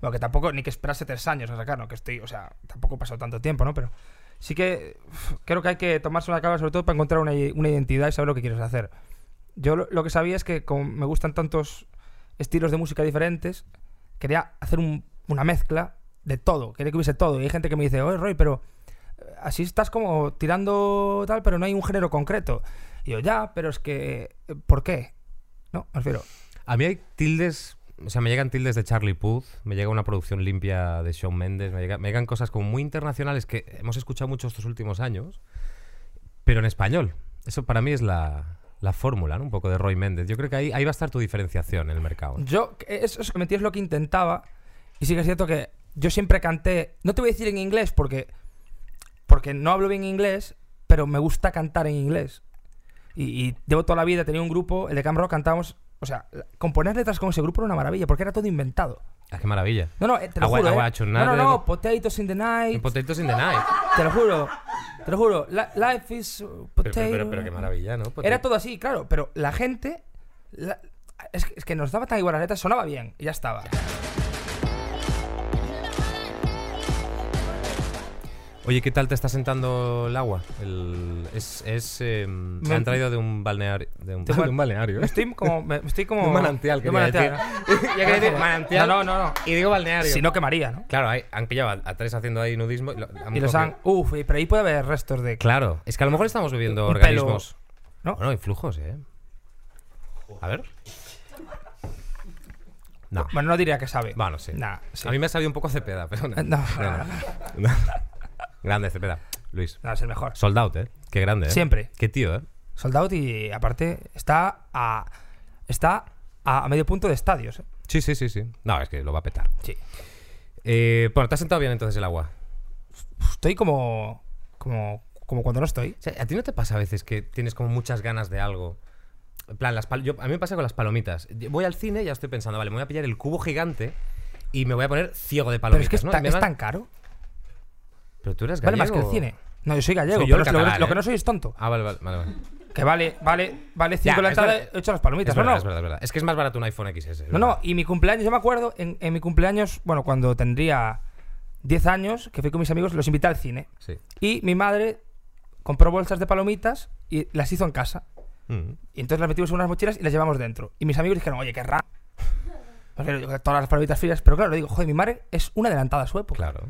Bueno, que tampoco, ni que esperase tres años a sacar, ¿no? Que estoy, o sea, tampoco pasó tanto tiempo, ¿no? Pero sí que uf, creo que hay que tomarse una calma, sobre todo para encontrar una, i- una identidad y saber lo que quieres hacer. Yo lo, lo que sabía es que como me gustan tantos estilos de música diferentes, quería hacer un- una mezcla de todo, quería que hubiese todo. Y hay gente que me dice, oye Roy, pero eh, así estás como tirando tal, pero no hay un género concreto. Y yo, ya, pero es que, eh, ¿por qué? No, me refiero. A mí hay tildes, o sea, me llegan tildes de Charlie Puth, me llega una producción limpia de Shawn Mendes, me, llega- me llegan cosas como muy internacionales que hemos escuchado mucho estos últimos años, pero en español. Eso para mí es la, la fórmula, ¿no? Un poco de Roy Méndez. Yo creo que ahí, ahí va a estar tu diferenciación en el mercado. Yo, que eso, eso que metí es lo que intentaba. Y sí que es cierto que yo siempre canté. No te voy a decir en inglés porque. porque no hablo bien inglés, pero me gusta cantar en inglés. Y, y llevo toda la vida, tenía un grupo, el de Cam Rock, cantábamos. O sea, la- componer letras con ese grupo era una maravilla, porque era todo inventado. Ah, qué maravilla. No, no, eh, te lo Agua- juro. eh. aguachornado. No, no, no, Potatoes in the En Night. Potatoes in the Night. Te lo juro. Te lo juro. La- life is uh, Pero, potato. pero, pero- pero qué maravilla, ¿no? Potato- Era todo así, claro, pero la gente. la- es, que, es que nos daba tan igual las letras, sonaba bien, y ya estaba. Oye, ¿qué tal te está sentando el agua? El- es, es, eh, me Me- han traído de un balneario. De un, De un ba- de un balneario, ¿eh? Estoy como. me- estoy como De [laughs] un manantial, de quería un manantial. [laughs] decir. Ya quería decir manantial. No, no, no. no. Y digo balneario. Si no, quemaría, ¿no? Claro, hay- han pillado a, a tres haciendo ahí nudismo. Y, lo- han Y los cogido- han. Uf, y- pero ahí puede haber restos de. Claro, es que a lo mejor estamos bebiendo Un pelo, organismos. ¿no? Bueno, hay flujos, ¿eh? A ver. No. Bueno, no diría que sabe. Bueno, sí. Nah, sí. Eh, A mí me ha sabido un poco Cepeda, pero no. No. No. [laughs] Grande Cepeda. Luis. [laughs] No, es el mejor. Sold out, ¿eh? Qué grande, ¿eh? Siempre. Qué tío, ¿eh? Soldado y aparte está a. Está a, a medio punto de estadios. ¿eh? Sí, sí, sí, sí. No, es que lo va a petar. Sí. Eh, bueno, ¿te has sentado bien entonces el agua? Estoy como. Como. Como cuando no estoy. O sea, ¿A ti no te pasa a veces que tienes como muchas ganas de algo? En plan, las pal- yo- a mí me pasa con las palomitas. Yo Voy al cine y ya estoy pensando, vale, me voy a pillar el cubo gigante y me voy a poner ciego de Pero es palomitas. que es, ¿no? tan- Me es van- tan caro. Pero tú eres Vale gallego. más que el cine. No, yo soy gallego, Soy yo pero el lo, catalán, lo que ¿eh? no soy es tonto. Ah, vale, vale, vale. vale. Que vale, vale, vale 5 Ya, la es entrada, verdad. he hecho las palomitas, Es ¿no? verdad, No. es verdad, es verdad. Es que es más barato un iPhone XS. es no, no, verdad. y mi cumpleaños, yo me acuerdo, en, en mi cumpleaños, bueno, cuando tendría 10 años, que fui con mis amigos, los invité al cine. Sí. Y mi madre compró bolsas de palomitas y las hizo en casa. Mm. Y entonces las metimos en unas mochilas y las llevamos dentro. Y mis amigos dijeron, oye, qué raro. Todas las palomitas frías, pero claro, le digo, joder, mi madre es una adelantada a su época. Claro.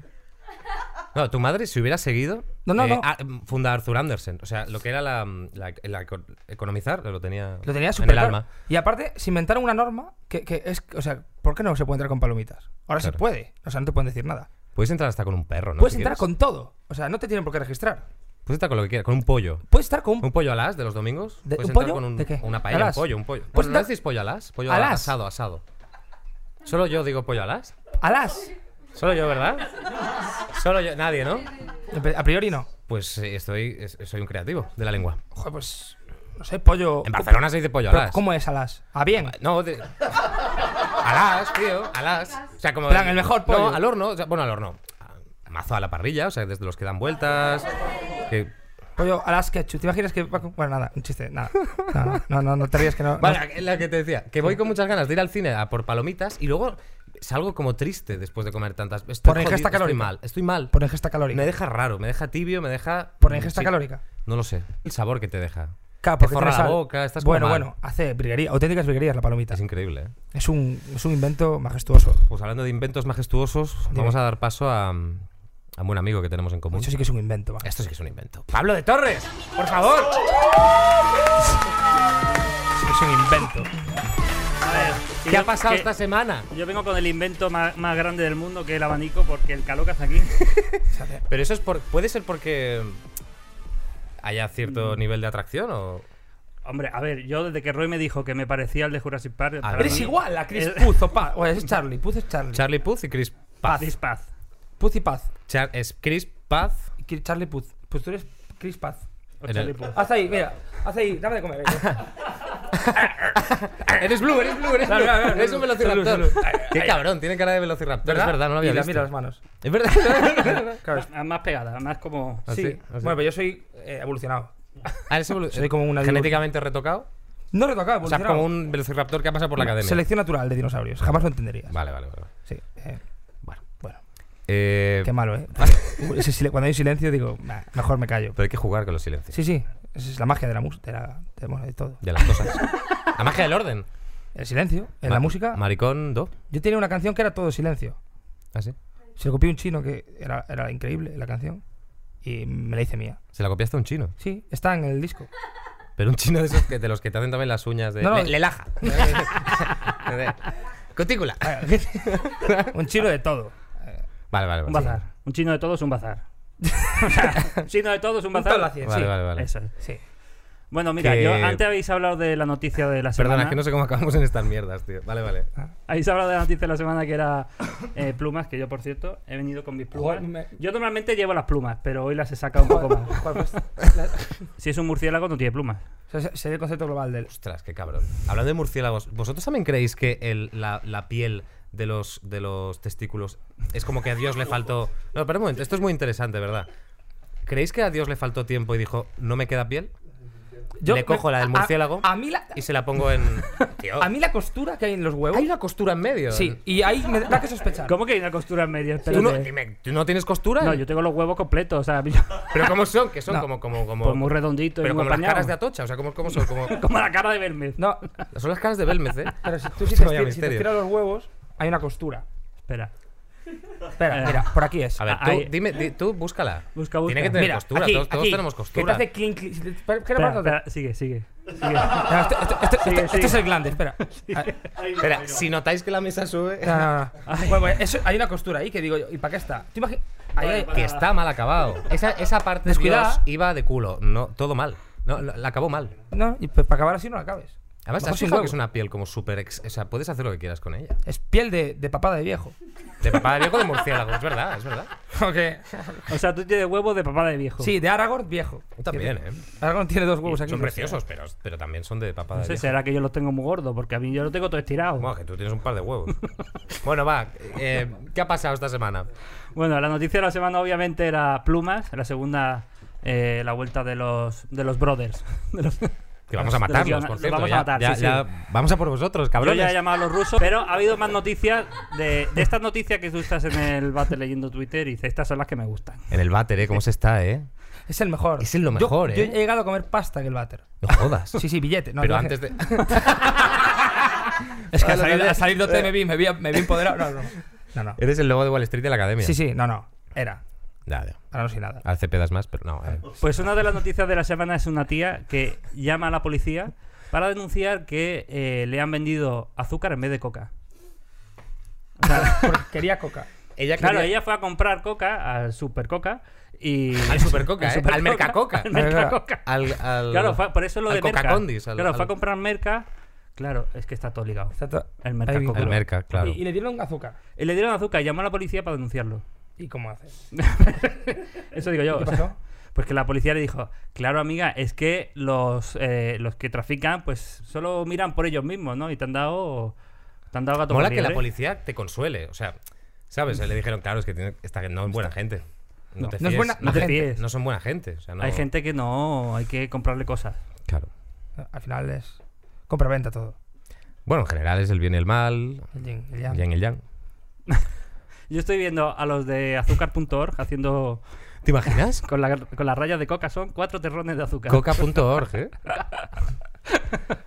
No, tu madre, si hubiera seguido. No, no, no. ah, mm, funda Arthur Andersen. O sea, lo que era la, mm, la- la eco- economizar, lo tenía. Lo tenía En súper el claro. alma. Y aparte, se inventaron una norma que, que es. O sea, ¿por qué no se puede entrar con palomitas? Ahora Claro. se puede. O sea, no te pueden decir nada. Puedes entrar hasta con un perro, ¿no? puedes Si entrar quieres. con todo. O sea, no te tienen por qué registrar. Puedes entrar con lo que quieras, con un pollo. Puedes estar con un. ¿Un pollo alas de los domingos? ¿De- ¿Puedes un entrar pollo? con un- ¿De qué? Una paella, ¿Alás? un pollo, un pollo. Pues Bueno, da- ¿no decís pollo alas? Pollo ¿Alás? asado, asado. Solo yo digo pollo alas. ¡Alas! Solo yo, ¿verdad? Solo yo, nadie, ¿no? A priori no. Pues eh, estoy, es- soy un creativo de la lengua. Joder, pues. No sé, pollo. En Barcelona se dice pollo Pero, alas. ¿Cómo es alas? Ah, bien. No, de... alas, tío, alas. O sea, como. Plan, el mejor pollo. No, al horno, o sea, bueno, al horno. A- Mazo a la parrilla, o sea, desde los que dan vueltas. que- Pollo alas ketchup. ¿Te imaginas que.? va con- Bueno, nada, un chiste, nada. No, no, no, no, no te rías que no. no- Vale, la que te decía, que voy con muchas ganas de ir al cine a por palomitas y luego salgo como triste después de comer tantas. Estoy Por ingesta jodido, calórica. Estoy mal, estoy mal. Por ingesta calórica. Me deja raro, me deja tibio, me deja. Por ingesta Sí, calórica. No lo sé. El sabor que te deja. Claro, Te porque forra tienes la sal. boca, estás como Bueno, mal. bueno, hace briguería, auténticas briguerías la palomita. Es increíble, ¿eh? Es un, es un invento majestuoso. Pues hablando de inventos majestuosos, vamos a dar paso a, a un buen amigo que tenemos en común. Pues Eso sí que es un invento. majestuoso. Esto sí que es un invento. ¡Pablo de Torres! ¡Por favor! Sí que es un invento. A ver, si ¿Qué yo- ha pasado que- esta semana? Yo vengo con el invento más, más grande del mundo, que es el abanico, porque el calor que hace aquí. [laughs] Pero eso es por. ¿Puede ser porque haya Mm. cierto nivel de atracción o.? Hombre, a ver, yo desde que Roy me dijo que me parecía al de Jurassic Park. para Eres mí- igual a Chris Eh, Puz o Paz. O es Charlie, Puz es Charlie. Charlie Puth y Chris Paz. Paz. Paz. Puz y Paz. Char- es Chris Paz. Y Ki- Charlie Puz. Pues tú eres Chris Paz. O En el- Charlie Puth. Haz ahí, mira. Haz ahí, dame [laughs] de comer. eh. eres Blue, eres Blue, eres Claro, Blue. claro, claro. Eres un velociraptor. Blue, Blue. Qué cabrón, tiene cara de velociraptor. Ah, Es verdad, no lo había Mira, visto. Mira las manos. Es verdad. Claro, es- Ah, Más pegada, más como. Así, sí. así. Bueno, pero yo soy eh, evolucionado. [laughs] Ah, eres evolu- Soy como una genéticamente retocado. No retocado, O sea, evolucionado. como un velociraptor que ha pasado por la academia. Selección natural de dinosaurios. Jamás lo entenderías. Vale, vale, vale. Sí. eh, Bueno. bueno, Eh, qué malo, ¿eh? Ese sile- Cuando hay silencio digo, "Nah, mejor me callo. pero hay que jugar con los silencios. Sí, sí. Esa es la magia de la música. De, la- de- bueno, de todo. De las [laughs] cosas. La magia del orden. El silencio, en Ma- la música. Maricón do. Yo tenía una canción que era todo silencio. Ah, sí. Se lo copié a un chino que era, era increíble la canción y me la hice mía. Se la copiaste a un chino. Sí, está en [laughs] el disco. Pero un chino de esos que, de los que te hacen también las uñas de. No, no. Le, [laughs] laja. Cutícula. un chino de todo. Vale, vale, Un vale. bazar. Un chino de todos, un bazar. [laughs] O sea, un chino de todos, un Un bazar. tablacio, Vale, sí. vale, vale. Eso es. Sí. Bueno, mira, que- yo antes habéis hablado de la noticia de la semana. Perdona, es que no sé cómo acabamos en estas mierdas, tío. Vale, vale. Habéis hablado de la noticia de la semana que era eh, plumas, que yo, por cierto, he venido con mis plumas. Joder, me- Yo normalmente llevo las plumas, pero hoy las he sacado un poco más. [laughs] Joder, pues, la- Si es un murciélago, no tiene plumas. [laughs] o sea, sería el concepto global del. Ostras, qué cabrón. Hablando de murciélagos, ¿vosotros también creéis que el- la, la piel de los, de los testículos es como que a Dios le faltó. No, pero un momento, esto es muy interesante, ¿verdad? ¿Creéis que a Dios le faltó tiempo y dijo, no me queda piel? Le cojo la del a- murciélago A, mí la, Y se la pongo en. Tío, a mí la costura que hay en los huevos. hay una costura en medio. Sí, y ahí me da que sospechar. ¿Cómo que hay una costura en medio? ¿Tú no, Espérate. dime, ¿tú no tienes costura? No, yo tengo los huevos completos. O sea, [laughs] yo- ¿Pero cómo son? Que son No. como, como, como. pues muy redondito y pero muy como las apañado. caras [laughs] de Atocha, o sea, ¿cómo, cómo son? Como, Como la cara de Bermez. No, son las caras de Belmez, ¿eh? pero si [laughs] tú si Hostia, te, vaya esti- si te misterio. estiras los huevos, hay una costura. Espera. Espera, Eh. mira, por aquí es. Ah, A ver, tú, Ahí. dime, di- tú búscala. Busca, busca. Tiene que tener mira, costura, aquí, todos, todos aquí, tenemos Que te costura. hace clean, clean. si te- espera, espera, Espera, pártate. espera, sigue, sigue. sigue. [laughs] No, este, esto, esto- esto- esto- Sigue, esto sigue. es el glande, [laughs] espera. Ah, Espera, si notáis que la mesa sube, No, no, no. Bueno, bueno, eso- hay una costura ahí que digo yo, ¿y para qué está? ¿Tú imagi- ahí hay- que está mal acabado. Esa, esa parte Descuidada. Dios iba de culo, no, todo mal. No, lo- la acabó mal. No, y pues para acabar así no la acabes. Además, Mejor ¿has sin fijado huevo. que es una piel como súper... ex- O sea, puedes hacer lo que quieras con ella. Es piel de, de papada [laughs] de viejo. De papá de viejo de murciélago, es verdad, es verdad. Ok. O sea, tú tienes huevos de papá de viejo. Sí, de Aragorn viejo. Yo también, ¿eh? Aragorn tiene dos Pues huevos aquí. Son preciosos, pero, pero también son de papá No de sé, viejo. será que yo los tengo muy gordos, porque a mí yo lo tengo todo estirado. Bueno, que tú tienes un par de [laughs] huevos. bueno, va, eh, ¿qué ha pasado esta semana? Bueno, la noticia de la semana obviamente era plumas, la segunda eh, la vuelta de los de los brothers. [laughs] De los- Que vamos a Los matarlos, guiona- por los cierto. vamos a ya- matar, ya- sí, ya- sí. Vamos a por vosotros, Yo cabrones. ya he llamado a los rusos, pero ha habido más noticias de, de estas noticias que tú estás en el bate leyendo Twitter y dices, estas son las que me gustan. En el váter, ¿eh? ¿Cómo se está, eh? Es el mejor. Es el lo Yo- mejor, yo, ¿eh? he llegado a comer pasta en el váter. No jodas. Sí, sí, billete. No, pero no, eh. antes de... [laughs] [laughs] Es que al Vale, salir, vale. al salir de OT me vi, me vi, me vi empoderado. No, no. No, no. Eres el lobo de Wall Street de la academia. Sí, sí, no, no. Era. Dale. Ahora no soy nada. Hace pedas más, pero no. eh. Pues una de las noticias de la semana es una tía que llama a la policía para denunciar que eh, le han vendido azúcar en vez de coca. [laughs] O sea, Porque quería coca. Ella claro, quería- ella fue a comprar coca al Super Coca y Al [laughs] Supercoca, ¿eh? Supercoca, Al Mercacoca. al Mercacoca. Al, al- Claro, fue- por eso lo al de merca. Coca-Condis, al- claro, fue a al- comprar merca. Claro, es que está todo ligado. Está to- El Ahí merca vi- Coca. al merca, claro. Y, y le dieron azúcar. Y le dieron azúcar y llamó a la policía para denunciarlo. ¿Y [laughs] cómo hace? Eso digo yo. ¿Qué o sea, pasó? [laughs] Pues que la policía le dijo, claro amiga, es que los, eh, los que trafican pues solo miran por ellos mismos, ¿no? Y te han dado, te han dado gato por Mola que la liebre". policía te consuele, o sea, ¿sabes? Le dijeron, claro, es que tiene, esta no es buena gente. No, te No es fíes, buena- no, no te te- fíes. no son buena gente. O sea, no- Hay gente que no, hay que comprarle cosas. Claro. Al final es compra-venta todo. Bueno, en general es el bien y el mal, El yin, el el yang. yang y el yang. Yo estoy viendo a los de azúcar.org haciendo ¿Te [laughs] imaginas? con, la, con las rayas de coca, son cuatro terrones de azúcar. Coca.org, ¿eh?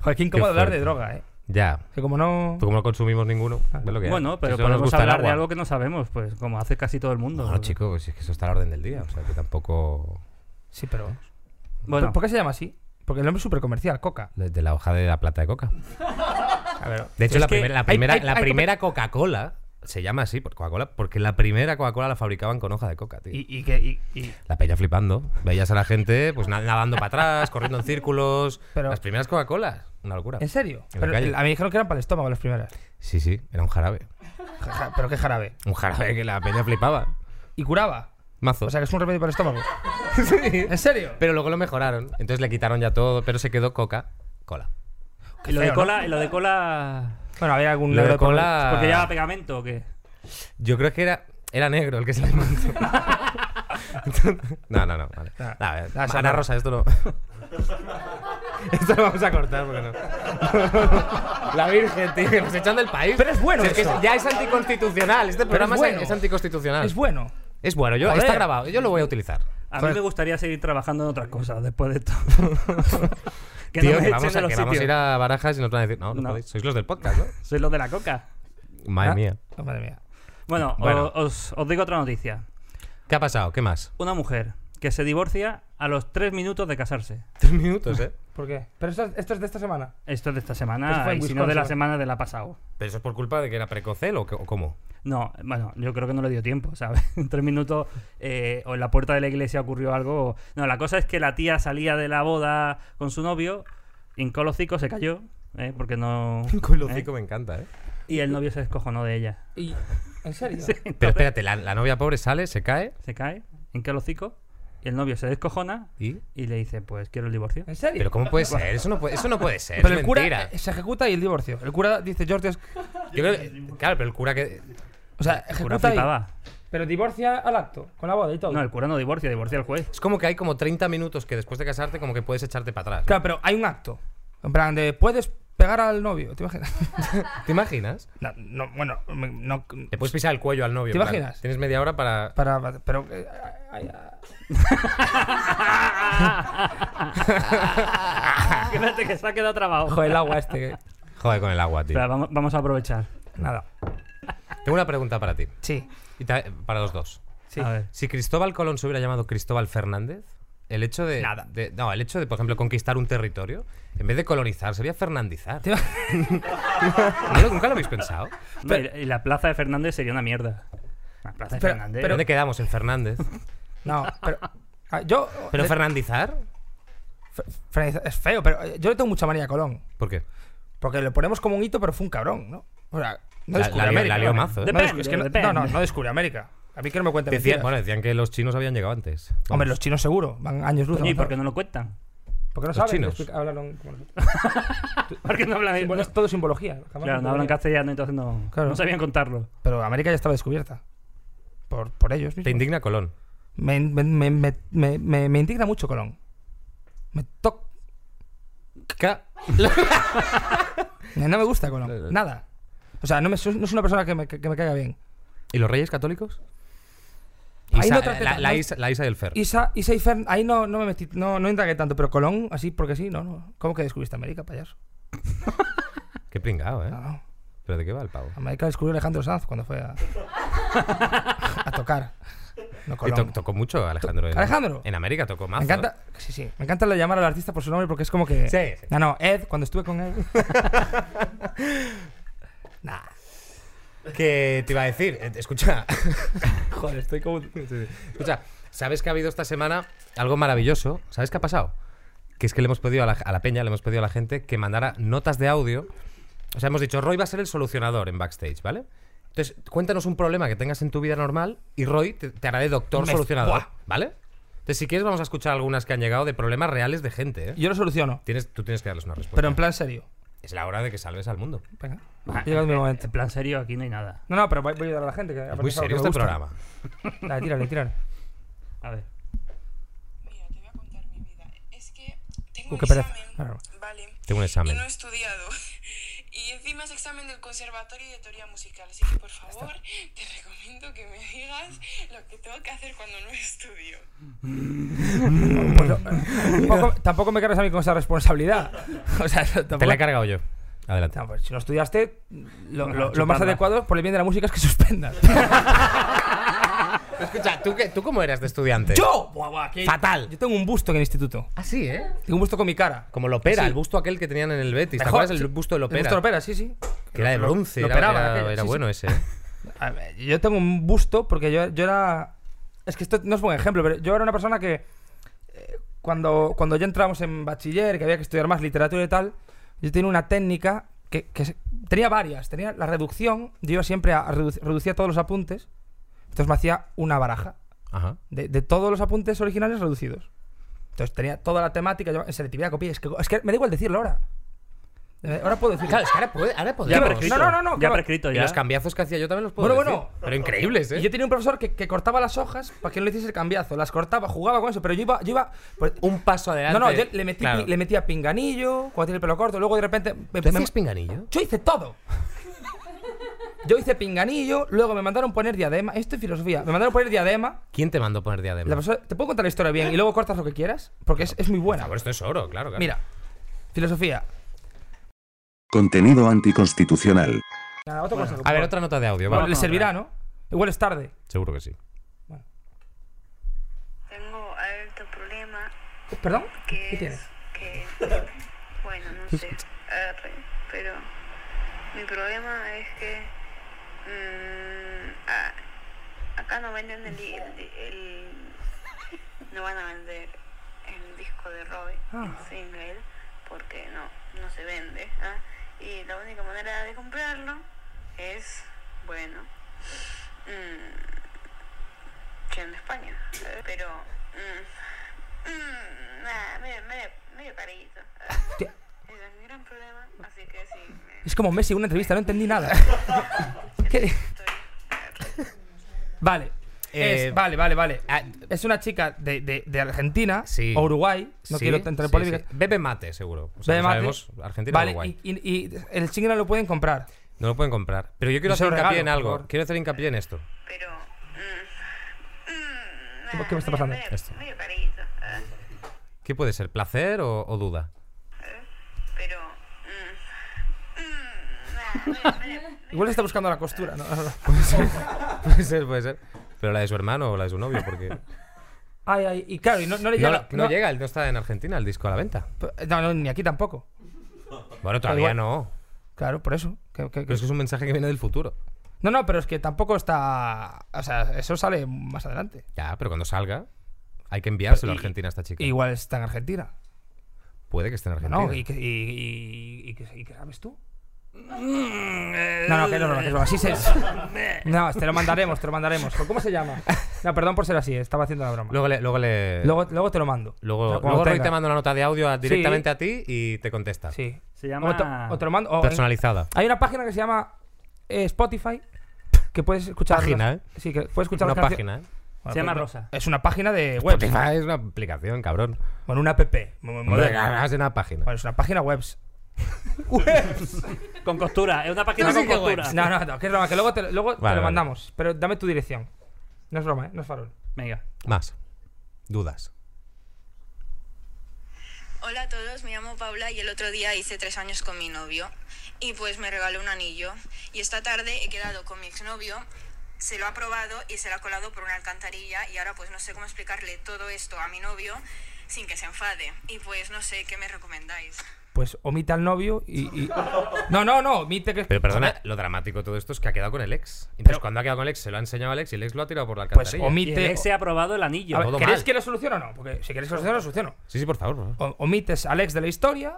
Joder, qué incómodo hablar de fuerte. droga, ¿eh? Ya. Que como no... Tú como no consumimos ninguno, ves lo que hay. Bueno, pero Si solo nos podemos gusta el hablar de agua. algo que no sabemos, pues como hace casi todo el mundo. No, chico, pues si es que eso está a la orden del día, o sea, que tampoco... Sí, pero... Bueno, ¿Por- ¿Por qué se llama así? Porque el nombre es súper comercial, coca. De la hoja de la plata de coca. A ver, De hecho, Es la, que primer- la hay- primera, hay- la hay- primera Coca-Cola se llama así, por Coca-Cola, porque la primera Coca-Cola la fabricaban con hoja de coca, tío. y, y que... Y, y- La peña flipando. Veías a la gente pues na- nadando para atrás, corriendo en [laughs] círculos. Pero- Las primeras Coca-Colas, una locura. ¿En serio? En la Pero calle. el- a mí me dijeron que eran para el estómago las primeras. Sí, sí, era un jarabe. Ja- ja- Pero qué jarabe. Un jarabe que la peña flipaba. Y curaba. Mazo. O sea, que es un remedio para [laughs] el estómago. ¿En serio? Pero luego lo mejoraron. Entonces le quitaron ya todo, pero se quedó Coca-Cola. y lo de feo, ¿no? cola, y lo de cola... Bueno, había algún Lo negro de por- cola. ¿Porque lleva pegamento o qué? Yo creo que era, era negro el que se le mandó. [laughs] no, no, no. Vale. Nah, Nah, eh, nah, eso Ana no. Rosa, esto no. [laughs] esto lo vamos a cortar porque no. [laughs] La Virgen, tío, que nos echan del país. Pero es bueno Si es que eso. es- ya es anticonstitucional. Este programa es, bueno. es anticonstitucional. Es bueno. Es bueno, yo, Joder. está grabado. Yo lo voy a utilizar. A mí Joder. me gustaría seguir trabajando en otras cosas después de esto. [laughs] que tío, no me que, echen vamos de a, los que vamos a ir sitios. a Barajas y nos van a decir, no, no, No. podéis. Sois los del podcast, ¿no? Soy los de la coca. Madre Ah, mía. oh, madre mía. Bueno, o- Bueno. Os, os digo otra noticia. ¿Qué ha pasado? ¿Qué más? Una mujer que se divorcia a los tres minutos de casarse. Tres minutos, ¿eh? ¿Por qué? Pero esto, esto es de esta semana. Esto es de esta Pues semana, fue en y si no de la Wisconsin. semana de la pasado. ¿Pero eso es por culpa de que era precocel o, qué- o cómo? [laughs] No, bueno, yo creo que no le dio tiempo, ¿sabes? [laughs] En tres minutos, eh, o en la puerta de la iglesia ocurrió algo. No, la cosa es que la tía salía de la boda con su novio, hincó los hocico, se cayó, ¿eh? porque [laughs] no. Con los ¿eh? cinco me encanta, ¿eh? Y el novio se descojonó de ella. [laughs] Y, ¿En serio? Pero espérate, la, la novia pobre sale, se cae Se cae, hinca el hocico, y el novio se descojona y... y le dice: Pues quiero el divorcio. ¿En serio? Pero ¿cómo puede ser? Eso no puede, eso no puede ser. Pero es el cura mentira. eh, se ejecuta y el divorcio. El cura dice, George, es- Yo creo que- claro, pero el cura que... o sea, El cura ejecuta y, flipaba. pero divorcia al acto, con la boda y todo. No, el cura no divorcia, divorcia el [laughs] juez. [laughs] Es como que hay como 30 minutos que después de casarte como que puedes echarte para atrás. Claro, pero hay un acto. En plan de, puedes pegar al novio, [laughs] ¿te imaginas? ¿Te imaginas? no, no, bueno, me- no... Le puedes pisar el cuello al novio. ¿Te en plan, imaginas? Tienes media hora para... Para, pero... [laughs] eh, ay, ay, Fíjate que se ha quedado trabado. ay, [laughs] joder, el agua este. que- Joder con el agua, tío. Espera, vamos, vamos a aprovechar. Nada. Tengo una pregunta para ti. Sí. Y ta- para los dos. Sí. A ver. Si Cristóbal Colón se hubiera llamado Cristóbal Fernández, el hecho de, Nada. de- no, el hecho de, por ejemplo, conquistar un territorio, en vez de colonizar, sería fernandizar. Te- ¿No lo- nunca lo habéis pensado. No, y, y la plaza de Fernández sería una mierda. La plaza de Pero- Fernández. pero- ¿Dónde quedamos? En Fernández. [laughs] No, pero... ah, Yo... Pero eh, fernandizar, Fe- Fe- es feo, pero eh, yo le tengo mucha manía a Colón. ¿por qué? Porque lo ponemos como un hito, pero fue un cabrón, ¿no? O sea, La- no descubrió la lió- América. la lió ¿no? mazo, ¿eh? No descu- Depende, es que no- depende. No, no, no descubrió América. A mí que no me cuenten Decían, mentiras. bueno, decían que los chinos habían llegado antes. Hombre, los chinos seguro, van años luz. Coño, ¿y por avanzados. qué no lo [laughs] cuentan? Porque no los saben chinos? explica- hablan como nosotros. ¿Por qué no hablan Simbol- es todo simbología. jamás Claro, no simbología. hablan castellano, entonces no, Claro. no sabían contarlo. Pero América ya estaba descubierta. Por, por ellos Te mismos. indigna Colón. Me, me, me, me, me- me- me indigna mucho Colón. Me toc... No me [laughs] gusta Colón. Nada. O sea, no, me, no es una persona que me, que me caiga bien. ¿Y los reyes católicos? Isa- Ahí eh, no traté- la, la no- Isa, la Isa del Fer. Isa, Isa y Fern, ahí no, no me metí, no, no indagué tanto, pero Colón, así porque sí, no, no. ¿Cómo que descubriste América, payaso? Qué pringado, ¿eh? No, no. ¿Pero de qué va el pavo? América descubrió Alejandro Sanz cuando [laughs] fue a, a tocar. No Y Colón. to- tocó mucho Alejandro. en- ¿Alejandro? En América tocó más. me encanta, sí, sí, me encanta la- llamar al artista por su nombre porque es como que. Sí, sí. No, no, Ed, cuando estuve con [laughs] él. nah, Que te iba a decir, Eh, escucha, [laughs] joder, estoy como. escucha, sabes que ha habido esta semana algo maravilloso, ¿sabes qué ha pasado? Que es que le hemos pedido a la, a la peña, le hemos pedido a la gente que mandara notas de audio. O sea, hemos dicho, Roy va a ser el solucionador en backstage, ¿vale? Entonces, cuéntanos un problema que tengas en tu vida normal y Roy te, te hará de doctor Me- solucionador, ¡Buah! ¿vale? Entonces, si quieres, vamos a escuchar algunas que han llegado de problemas reales de gente, ¿eh? Yo lo soluciono, Tienes, tú tienes que darles una respuesta. pero en plan serio. Es la hora de que salves al mundo. Venga, Ah, llega mi momento. En plan serio, aquí no hay nada. No, no, pero voy voy a ayudar a la gente. Que Es muy serio este programa. Dale, [laughs] tírale, tírale. A ver. Mira, te voy a contar mi vida. Es que tengo Uh, un qué pereza. examen, Claro. vale, Tengo un y examen. no he estudiado. [laughs] Y encima es examen del Conservatorio de Teoría Musical, así que por favor, te recomiendo que me digas lo que tengo que hacer cuando no estudio. Pues no, tampoco, tampoco me cargas a mí con esa responsabilidad. [laughs] O sea, tampoco- Te la he cargado yo. Adelante. No, pues si no estudiaste, lo, lo- lo chuparla. más adecuado por el bien de la música es que suspendas. Escucha, ¿tú, qué- ¿tú cómo eras de estudiante? [laughs] ¡Yo! Buah, buah, qué- Fatal. Yo tengo un busto en el instituto. Así, ¿eh? Tengo un busto con mi cara. Como Lopera, Ah, Sí. el busto aquel que tenían en el Betis. ¿Te Mejor, acuerdas sí. el busto de Lopera? El busto de Lopera, sí, sí. Que era de bronce, Lo era, operaban era- aquello, era sí, bueno sí. ese. ¿eh? A ver, yo tengo un busto porque yo, yo era... Es que esto no es buen ejemplo, pero yo era una persona que eh, cuando, cuando ya entramos en bachiller, que había que estudiar más literatura y tal, yo tenía una técnica que, que se- tenía varias. Tenía la reducción, yo iba siempre a, a reduc- reducía todos los apuntes, entonces me hacía una baraja Ajá. de, de todos los apuntes originales reducidos. Entonces tenía toda la temática, yo en selectividad copié, es que, es que me da igual decirlo ahora. Eh, Ahora puedo decirlo. Claro, es que ahora, puede, ahora Ya podemos. prescrito. no, no, no, que Ya va. prescrito, Y ya. los cambiazos que hacía yo también los puedo Bueno, decir. bueno. Pero increíbles, ¿eh? Y yo tenía un profesor que, que cortaba las hojas para que no le hiciese el cambiazo. Las cortaba, jugaba con eso, pero yo iba. Yo iba pues- Un paso adelante. no, no, yo le, metí, Claro. le metía pinganillo, cuando tiene el pelo corto, luego de repente. me- ¿Tú me- hacías pinganillo? yo hice todo. Yo hice pinganillo, luego me mandaron poner diadema. Esto es filosofía. Me mandaron poner diadema. ¿Quién te mandó poner diadema? La profesora- ¿Te puedo contar la historia bien y luego cortas lo que quieras? Porque es, es muy Por buena. favor, Ah, esto es oro, claro, claro. Mira, filosofía. Contenido anticonstitucional. Nada, otro consejo, por A ver, favor. otra nota de audio, Bueno, vamos. le servirá, ¿no? Igual es tarde. Seguro que sí. Tengo, a ver, ¿Perdón? que ¿Qué es- tienes? que [laughs] es- bueno, no sé. arre, pero mi problema es que mm, a- acá no venden el, di- el di- el- no van a vender el disco de Robbie, Ah. el single, porque no, no se vende. ¿ah? Y la única manera de comprarlo es, bueno, mm, yendo a España. ¿sabes? Pero mm, mm, nah, medio, medio, medio carito. Hostia, Ese es mi gran problema, así que sí, me Es como Messi en una entrevista, no [laughs] entendí nada. ¿Qué? estoy Vale. Eh, es- vale, vale, vale. ah, Es una chica de, de- de Argentina Sí. o Uruguay. No Sí, quiero entrar en sí, polémicas. sí. Bebe mate, seguro. O sea, Bebe no mate. sabemos, Argentina o Vale, Uruguay. y, y- y el single lo pueden comprar. No lo pueden comprar. Pero yo quiero Y se hacer lo hincapié regalo, en por algo. favor. Quiero hacer hincapié en esto. Pero. mm, mm, ¿Qué- nah, qué me está pasando? Medio, Esto. medio, medio carito, ¿eh? ¿Qué puede ser? ¿Placer o, o [laughs] duda? Pero. mm, mm, nah, medio, medio, Igual se está buscando [laughs] la costura, ¿no? puede ser, puede ser. Pero la de su hermano o la de su novio, [laughs] porque. Ay, ay, y claro, y no, no le No, llega. no llega, él no está en Argentina el disco a la venta. No, no, ni aquí tampoco. Bueno, todavía igual- no. Claro, por eso. que- que- que- Pero es que es un mensaje que viene del futuro. No, no, pero es que tampoco está. O sea, eso sale más adelante. Ya, pero cuando salga, hay que enviárselo a Y- Argentina a esta chica. Igual está en Argentina. Puede que esté en Argentina. No, y que, y, y- y que- y que sabes tú. No, no, que no, no, que no, así [laughs] se. No, te lo mandaremos, te lo mandaremos. ¿Cómo se llama? No, perdón por ser así, eh, estaba haciendo la broma. Luego le. Luego, le- Luego, luego te lo mando. luego- O sea, cuando luego Roy tenga. te manda una nota de audio a- directamente a ti y te contesta. Sí. Se llama- O te, o te lo mando. o en- Personalizada. hay una página que se llama eh, Spotify que puedes escuchar. Página, ¿eh? las- Sí, que puedes escuchar Una las cancio- página, ¿eh? Bueno, Se llama pues, Rosa. Es una página de web. Spotify es una aplicación, cabrón. Bueno, una app. muy- muy moderna. Moderna. Es una página. Bueno, es una página webs. [laughs] webs. Con costura, es una página No sé con qué costura. webs. No, no, no, que es broma, que luego te, luego te Vale, vale. lo mandamos. Pero dame tu dirección. No es broma, ¿eh? No es farol. Venga. Más. Dudas. Hola a todos, me llamo Paula y el otro día hice tres años con mi novio y pues me regaló un anillo y esta tarde he quedado con mi exnovio, se lo ha probado y se lo ha colado por una alcantarilla y ahora pues no sé cómo explicarle todo esto a mi novio sin que se enfade y pues no sé qué me recomendáis. Pues omita al novio [laughs] y. y- No, no, no, omite que. Pero perdona, lo dramático de todo esto es que ha quedado con el ex. Entonces, Pero- cuando ha quedado con el ex, se lo ha enseñado al ex y el ex lo ha tirado por la Pues alcantarilla. Y el omite. ex se ha probado el anillo. A ver, todo ¿Queréis mal. que lo solucione o no? Porque si queréis que lo solucione, lo soluciono. Sí, sí, por favor. por favor. O- omites al ex de la historia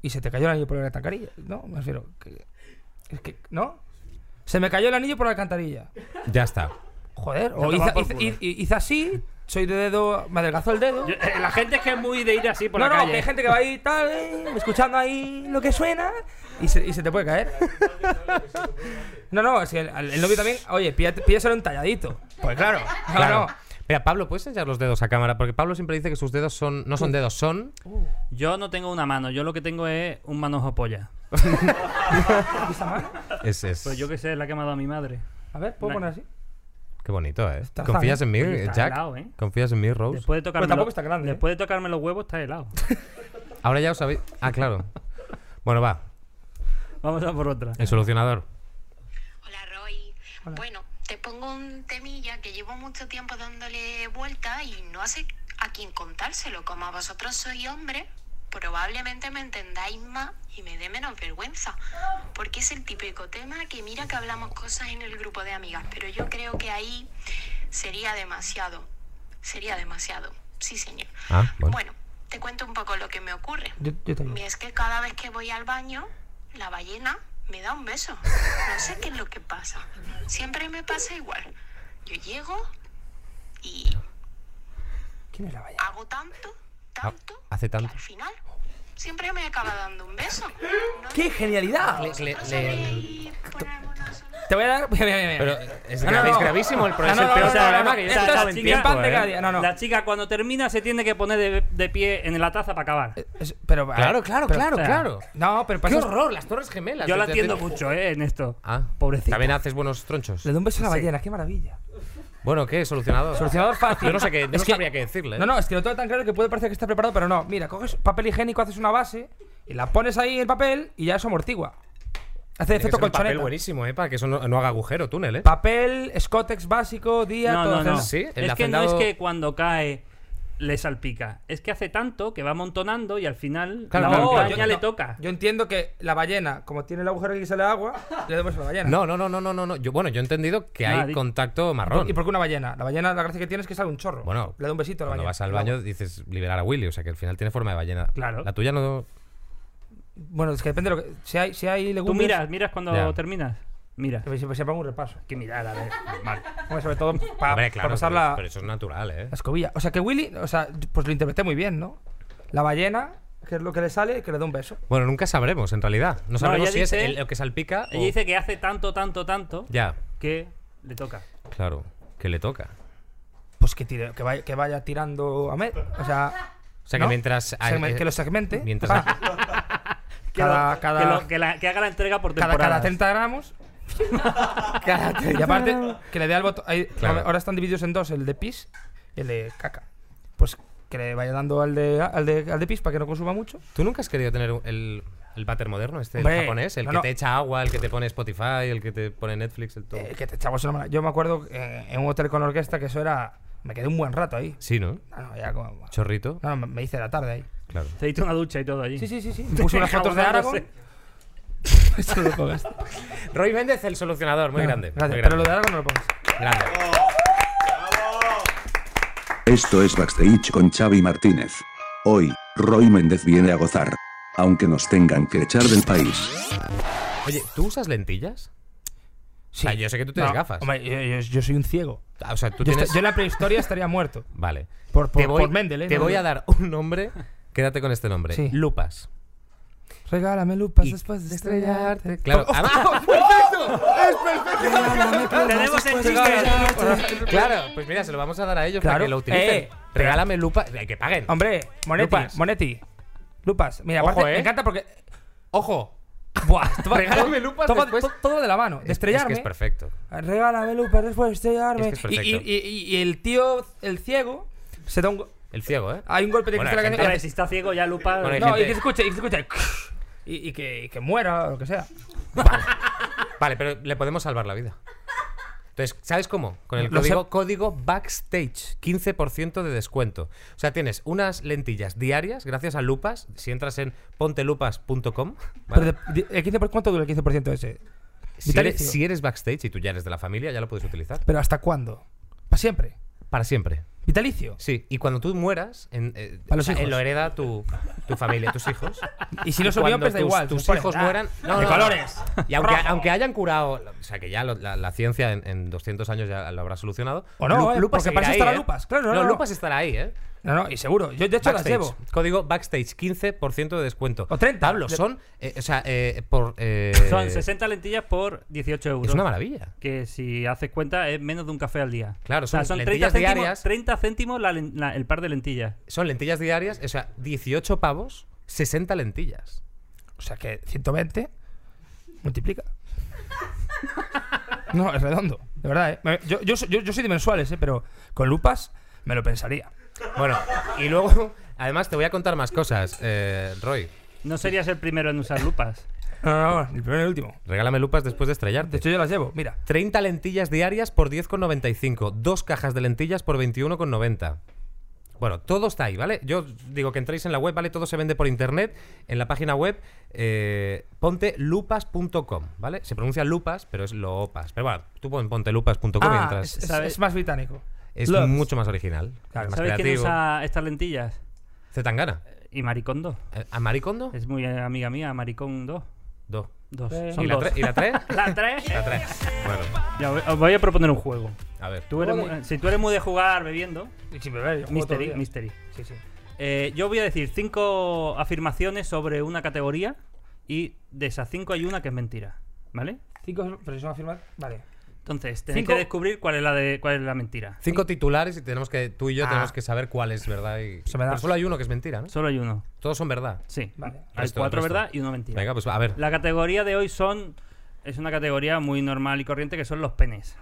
y se te cayó el anillo por la alcantarilla. No, me refiero. que- es que. ¿No? Se me cayó el anillo por la alcantarilla. [laughs] Ya está. Joder, Ya o te hice, va por hice- culo. hi- hi- hice así, soy de dedo, me adelgazó el dedo. Yo- eh, la gente es que es muy de ir así por no, la no, calle. que hay gente que va ahí tal, eh, escuchando ahí lo que suena y se, y se te [laughs] puede caer. No, no, si el, el novio también, oye, pilla- pídeselo un talladito. Pues claro, no, Claro. no. Mira, Pablo, ¿puedes enseñar los dedos a cámara? Porque Pablo siempre dice que sus dedos son. No son dedos, son. Yo no tengo una mano, yo lo que tengo es un manojo polla. ¿Y esa mano? Es, es- Pues yo que sé, la que me ha dado mi madre. A ver, ¿puedo No. poner así? Qué bonito, ¿eh? Está ¿Confías en mí, Oye, está Jack? helado, ¿eh? ¿Confías en mí, Rose? Después de tocarme, Pero Pues tampoco los- está grande, ¿eh? después de tocarme los huevos está helado. [laughs] Ahora ya os sabéis. Ah, claro. Bueno, va. Vamos a por otra. El solucionador. Hola Roy. Bueno, te pongo un temilla que llevo mucho tiempo dándole vuelta y no hace a quien contárselo. Como a vosotros sois hombres, probablemente me entendáis más y me dé menos vergüenza. Porque es el típico tema que mira que hablamos cosas en el grupo de amigas, pero yo creo que ahí sería demasiado. Sería demasiado. Sí, señor. Ah, bueno. bueno te cuento un poco lo que me ocurre. Yo, yo te ayudo. Y es que cada vez que voy al baño, la ballena me da un beso. No sé qué es lo que pasa. Siempre me pasa igual. Yo llego y ¿Quién es la valla? hago tanto, tanto, Ah, Hace que tanto. al final siempre me acaba dando un beso. No ¡Qué genialidad! sabéis poner una sola- Te voy a dar. Mira, mira, mira. Pero es, No, no, gra- es no. gravísimo el pro- Ah, es no, el no, peor no, no, problema no, que no, yo he esto escuchado es en sin pan tiempo, de ¿eh? cada día. No, no. La chica cuando termina se tiene que poner de, de pie en la taza para acabar. Es- pero, Claro, claro, pero- claro, o sea, claro. No, pero ¡Qué pasa. horror! Las Torres Gemelas. Yo la Te- te- entiendo mucho, ¿eh? En esto. Ah, Pobrecita. También haces buenos tronchos. Le doy un beso a la ballena, qué maravilla. Bueno, ¿qué? Solucionador. Solucionador fácil. Yo no sé qué, yo no Es que- sabría qué decirle. ¿eh? No, no, es que lo tengo tan claro que puede parecer que está preparado, pero no. Mira, coges papel higiénico, haces una base y la pones ahí en el papel y ya eso amortigua. Hace Tiene que efecto ser un papel colchoneta. buenísimo, ¿eh? Para que eso no, no haga agujero, túnel, ¿eh? Papel, escótex básico, día, No, todo. no, no. haces- Sí, el es que no hacendado- es que cuando cae le salpica. Es que hace tanto que va amontonando y al final Claro, la claro, montaña claro. le no, toca. Yo entiendo que la ballena, como tiene el agujero que sale agua, le damos a la ballena. No, no, no, no, no, no, no. Yo, bueno, yo he entendido que Ah, hay di- contacto marrón. ¿Y por qué una ballena? La ballena, la gracia que tiene es que sale un chorro. Bueno, le da un besito a la Cuando ballena. vas al baño dices liberar a Willy, o sea que al final tiene forma de ballena. Claro. La tuya no. Bueno, es que depende de lo que. Si hay, si hay Tú legumbres. miras, miras cuando Ya. terminas. Mira. Pues siempre hago un repaso. Que mirar, a ver. Vale. Hombre, sobre todo para Hombre, claro, pasar pero, la, pero eso es natural, ¿eh? la escobilla. O sea, que Willy, o sea, pues lo interpreté muy bien, ¿no? La ballena, que es lo que le sale, que le da un beso. Bueno, nunca sabremos, en realidad. No sabremos ella si dice- es el, lo que salpica o... Ella dice que hace tanto, tanto, tanto Ya, que le toca. claro, que le toca. Pues que, tire, que, vaya, que vaya tirando a me. O sea. O sea, que ¿no? mientras... Segmen- eh, que lo segmente. mientras- Ah, Que lo- [laughs] Cada- que, cada- lo- que la- que haga la entrega por cada, temporada. cada 30 [laughs] gramos. Cada Y aparte, que le dé al botón. ahí- Claro. Ahora están divididos en dos: el de pis y el de caca. Pues que le vaya dando al de, al de, al de pis para que no consuma mucho. ¿Tú nunca has querido tener un- el, el váter moderno, este el Hombre, japonés? El no, que no. te echa agua, el que te pone Spotify, el que te pone Netflix, el todo. Eh, que te echamos una mala. Yo me acuerdo eh, en un hotel con orquesta que eso era. Me quedé un buen rato ahí. Sí, ¿no? Ah, No, no, ya como. Chorrito. No, me- me hice la tarde ahí. Claro. Se hizo una ducha y todo allí. Sí, sí, sí, sí. Me [laughs] Puse unas fotos de Jabonándose. Aragorn. Esto lo pongas. Roy Méndez, el solucionador, muy No, grande. gracias, muy Pero lo grande. de Aragorn no lo pongas. Grande. Esto es Backstage con Xavi Martínez. Hoy, Roy Méndez viene a gozar. Aunque nos tengan que echar del país. Oye, ¿tú usas lentillas? Sí. Ah, yo sé que tú tienes gafas. Hombre, yo, yo- yo soy un ciego. Ah, O sea, tú Yo, tienes... esta- yo en la prehistoria estaría muerto. Vale. Por, por, te voy, por Mendel, ¿eh? te No, voy yo- a dar un [laughs] nombre, quédate con este nombre. Sí. Lupas. Regálame lupas Y- después de estrellarte. [laughs] Oh, Claro, además- Tenemos el chiste. claro, pues mira, se lo vamos a dar a ellos para Claro. que lo utilicen. Eh, Regálame lupa, eh, que paguen. Hombre, Monetti, Lupas. Monetti. Lupas. Mira, Ojo, aparte, ¿eh? me encanta porque. Ojo, Buah, [laughs] esto va- Regálame todo- lupas todo, después. to- todo de la mano. Es- De es que estrellarme. es perfecto. Regálame lupas después de estrellarme. Es que es Y- y, perfecto. y- y el tío, el ciego, se da un. go- El ciego, ¿eh? Hay un golpe de Bueno, cristal la que- A ver, si está ciego ya lupa. Bueno, hay No, gente- y que se escuche, y que se escuche. Y, y que, y que muera o lo que sea. Vale, pero le podemos salvar la vida. Entonces, ¿sabes cómo? Con el Lo código, sé. código Backstage, 15% de descuento. O sea, tienes unas lentillas diarias gracias a Lupas. Si entras en pontelupas.com, Pero ¿vale? de- de- el 15%, ¿Cuánto dura el 15% ese? si, eres, vitalicio. si eres backstage y tú ya eres de la familia, ya lo puedes utilizar. ¿Pero hasta cuándo? ¿Para siempre? Para siempre. ¿Vitalicio? Sí, y cuando tú mueras, en, eh, Para los o sea, hijos. lo hereda tu, tu familia, tus hijos. [laughs] Y si no son Cuando miope, da tus- igual. Tus se ponen, hijos ah, mueran. no, de no, no. colores. Y aunque, Rojo. aunque hayan curado, o sea, que ya lo- la, la ciencia en, en 200 años ya lo habrá solucionado. O no, ¿eh? Lupas Porque seguirá para eso ahí, estará ¿eh? Lupas, claro, no, No, no, no. Lupas estará ahí, ¿eh? No, no, y seguro. Yo de hecho las Backstage. llevo. Código backstage, 15% de descuento. O 30. Pablo, son. eh, o sea, eh, por. eh, Son 60 lentillas por 18 euros. Es una maravilla. Que si haces cuenta es menos de un café al día. Claro, O sea, son son 30 lentillas céntimos, diarias. 30 céntimos la len- la- el par de lentillas. Son lentillas diarias, o sea, 18 pavos, 60 lentillas. O sea que 120 multiplica. No, es redondo. De verdad, ¿eh? Me- Yo, yo, so- yo- yo soy de mensuales, ¿eh? Pero con lupas me lo pensaría. Bueno, y luego, [laughs] además, te voy a contar más cosas, eh, Roy. No serías el primero en usar [laughs] lupas. No, no, no, el primero y el último. Regálame lupas después de De estrellarte. hecho, yo las llevo. Mira, 30 lentillas diarias por 10,95. Dos cajas de lentillas por 21,90. Bueno, todo está ahí, ¿vale? Yo digo que entréis en la web, ¿vale? Todo se vende por internet. En la página web, eh, pontelupas.com, ¿vale? Se pronuncia lupas, pero es loopas. Pero bueno, tú pon pontelupas.com y ah, entras. es, es- ¿sabes? es más británico. Es Lups. mucho más original. Claro, es más ¿Sabes quién creativo. usa estas lentillas? Zetangana. Y Maricondo. Eh, ¿A Maricondo? Es muy eh, amiga mía, Maricondo. Dos. Dos. Eh. Son ¿Y la, dos. tre- ¿Y la [laughs] tres? [laughs] La tres. La tres. Bueno, Ya, os voy a proponer un juego. a ver. Tú eres Joder. mu- si tú eres muy de jugar bebiendo, Y sin beber, yo juego todo Mystery, el día. mystery. Sí, sí. Eh, yo voy a decir cinco afirmaciones sobre una categoría y de esas cinco hay una que es mentira, ¿vale? Cinco, pero si son afirmadas. Vale. Entonces, tenéis Cinco- que descubrir cuál es la de cuál es la mentira. Cinco titulares y tenemos que tú y yo Ah. tenemos que saber cuál es verdad y Se me da- Pero solo hay uno que es mentira, ¿no? Solo hay uno. Todos son verdad. Sí. Vale. Hay Resto, cuatro resto. verdad y una mentira. Venga, pues a ver. La categoría de hoy son es una categoría muy normal y corriente que son los penes,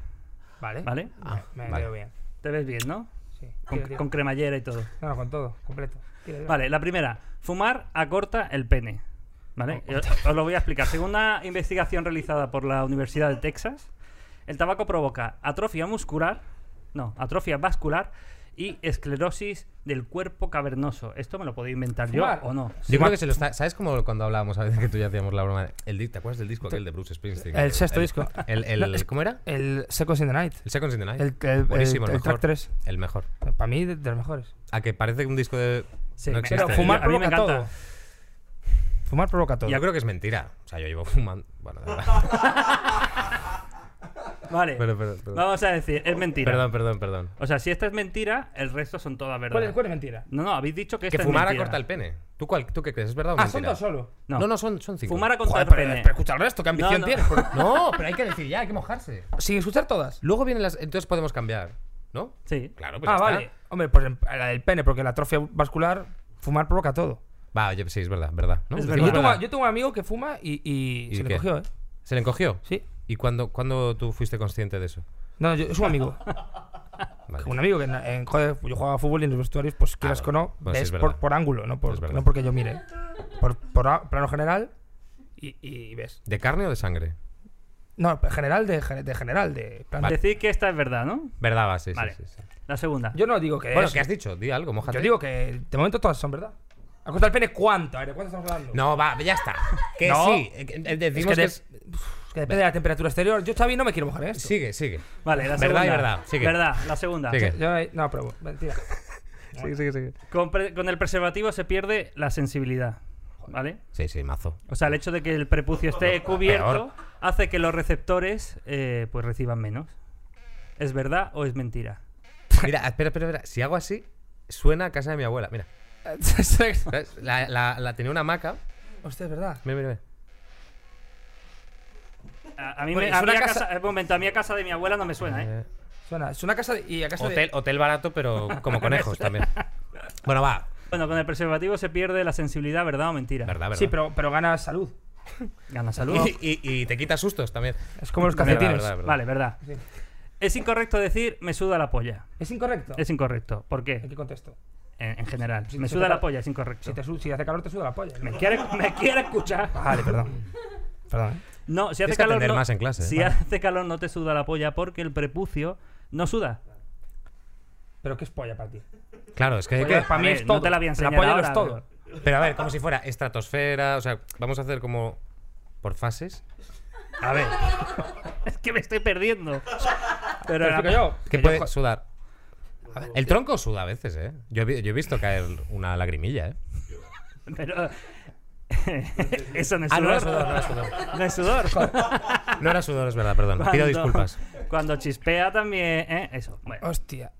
Vale. ¿vale? Ah, me me vale. veo bien. Te ves bien, ¿no? Sí. Con, Tira, tira. con cremallera y todo. No, no, con todo, completo. Tira, tira. Vale, la primera, fumar acorta el pene. ¿Vale? Yo- Os lo voy a explicar. Según una investigación realizada por la Universidad de Texas, el tabaco provoca atrofia muscular, no, atrofia vascular y esclerosis del cuerpo cavernoso. ¿Esto me lo puedo inventar Fumar. yo o no? Yo creo que se lo está. ¿Sabes cómo cuando hablábamos a veces que tú ya hacíamos la broma? El, di- ¿Te acuerdas del disco aquel de Bruce Springsteen? El sexto disco. El, el- No, es- ¿Cómo era? El Seconds in the Night. El Seconds in the Night. El, el, Buenísimo, el- el, el mejor. track 3. El mejor. Para mí, de, de los mejores. A que parece un disco de. Sí, no me existe. encanta. Pero fumar a mí me provoca encanta. todo. Fumar provoca todo. Yo creo que es mentira. O sea, yo llevo fumando. Bueno, de [laughs] verdad. Vale. Pero, pero, pero- Vamos a decir, es mentira. Perdón, perdón, perdón. O sea, si esta es mentira, el resto son todas verdad. ¿Cuál, es, cuál es mentira? No, no, habéis dicho que Que esta es fumar mentira. acorta el pene. ¿Tú, cuál, ¿Tú qué crees? ¿Es verdad o Ah, son mentira? dos solo. No, No. no, son, son cinco. Fumar acorta Joder, el pero, pene. pero escucha el resto, ¿qué ambición no. tienes? [laughs] Por- No, pero hay que decir ya, hay que mojarse. Sin escuchar todas. Luego vienen las. Entonces podemos cambiar, ¿no? Sí. Claro, pues ah, ya vale. está. Hombre, pues en- la del pene, porque la atrofia vascular, fumar provoca todo. Va, oye, sí, es verdad, verdad. ¿no? Es Decimos verdad. Yo tengo, verdad. yo tengo un amigo que fuma y, y ¿Y se le qué? cogió, ¿eh? ¿Se le encogió? Sí. ¿Y cuándo, cuándo tú fuiste consciente de eso? No, yo- es un amigo. Vale. un amigo que en, en- joder, yo jugaba a fútbol y en los vestuarios, pues quieras que bueno, no, pues sí, ves es por, verdad. por ángulo, no, Es por, verdad. no porque yo mire. Por, por a- plano general y, y ves. ¿De carne o de sangre? No, general de, gen- de general, de plano. Decir que esta es verdad, ¿no? Verdad, va, sí, sí, Vale. sí, sí. La segunda. Yo no digo que Bueno, Eh, es- ¿qué has dicho? Di algo, mojate. Yo digo que de momento todas son verdad. ¿A contar el pene cuánto? A ver, ¿de cuánto estamos hablando? No, va, ya está. Que No. sí. eh, eh, Decimos que, de- es- Es que depende de la temperatura exterior. Yo, Xavi, no me quiero mojar en esto. Sigue, sigue. Vale, la Verdad segunda. y verdad, sigue. Verdad, la segunda. Sigue. Yo ahí- no pruebo. [laughs] Mentira. sigue, sigue, sigue. Con, pre- con el preservativo se pierde la sensibilidad. ¿Vale? Sí, sí, mazo. O sea, el hecho de que el prepucio esté cubierto peor. hace que los receptores eh, pues reciban menos. ¿Es verdad o es mentira? [laughs] Mira, espera, espera, espera. Si hago así, suena a casa de mi abuela. Mira. ¿Sabes? La, la- la- tenía una hamaca. [laughs] Hostia, es verdad. Mira, mira, mira. A, a Pues mí me, Bueno, es a mí una a casa- casa- eh, un momento, a mí a casa de mi abuela no me suena, ¿eh? Eh, Suena, es una casa de, y a casa Hotel, hotel barato, pero como conejos [laughs] también. Bueno, va. Bueno, con el preservativo se pierde la sensibilidad, ¿verdad o mentira? Verdad, de... verdad. Sí, pero, pero ganas salud. [laughs] Gana salud. Y, y- y te quita sustos también. Es como los Verdad, calcetines. verdad, verdad. Vale, verdad. Es incorrecto decir me suda la polla. ¿Es incorrecto? Es incorrecto. ¿Por ¿En qué qué? contexto? En, en general. Si me se suda te- la polla, es incorrecto. Si, te su- si hace calor te suda la polla. ¿no? Me quiere, me quiere escuchar. Vale, perdón. perdón. ¿eh? No, si hace Ah, Tienes que calor. atender No, más en clase, ¿eh? si vale. hace calor no te suda la polla porque el prepucio no suda. [laughs] Pero ¿qué es polla para ti? Claro, es que hay Polla que. para mí Hombre, no es todo. te la voy a enseñar polla lo ahora, es todo. Pero a ver, como si fuera estratosfera. O sea, vamos a hacer como. Por fases. A ver, Es que me estoy perdiendo. te Pero lo la- explico yo. Que yo puede jo- sudar. El tronco suda a veces, ¿eh? Yo he, vi- yo he visto caer una lagrimilla, ¿eh? pero- [laughs] Eso no es Ah, sudor. no era sudor, no era sudor. No es sudor. No era sudor, es verdad, perdón. Pido Cuando- disculpas. Cuando chispea también. ¿eh? Eso. Bueno. Hostia.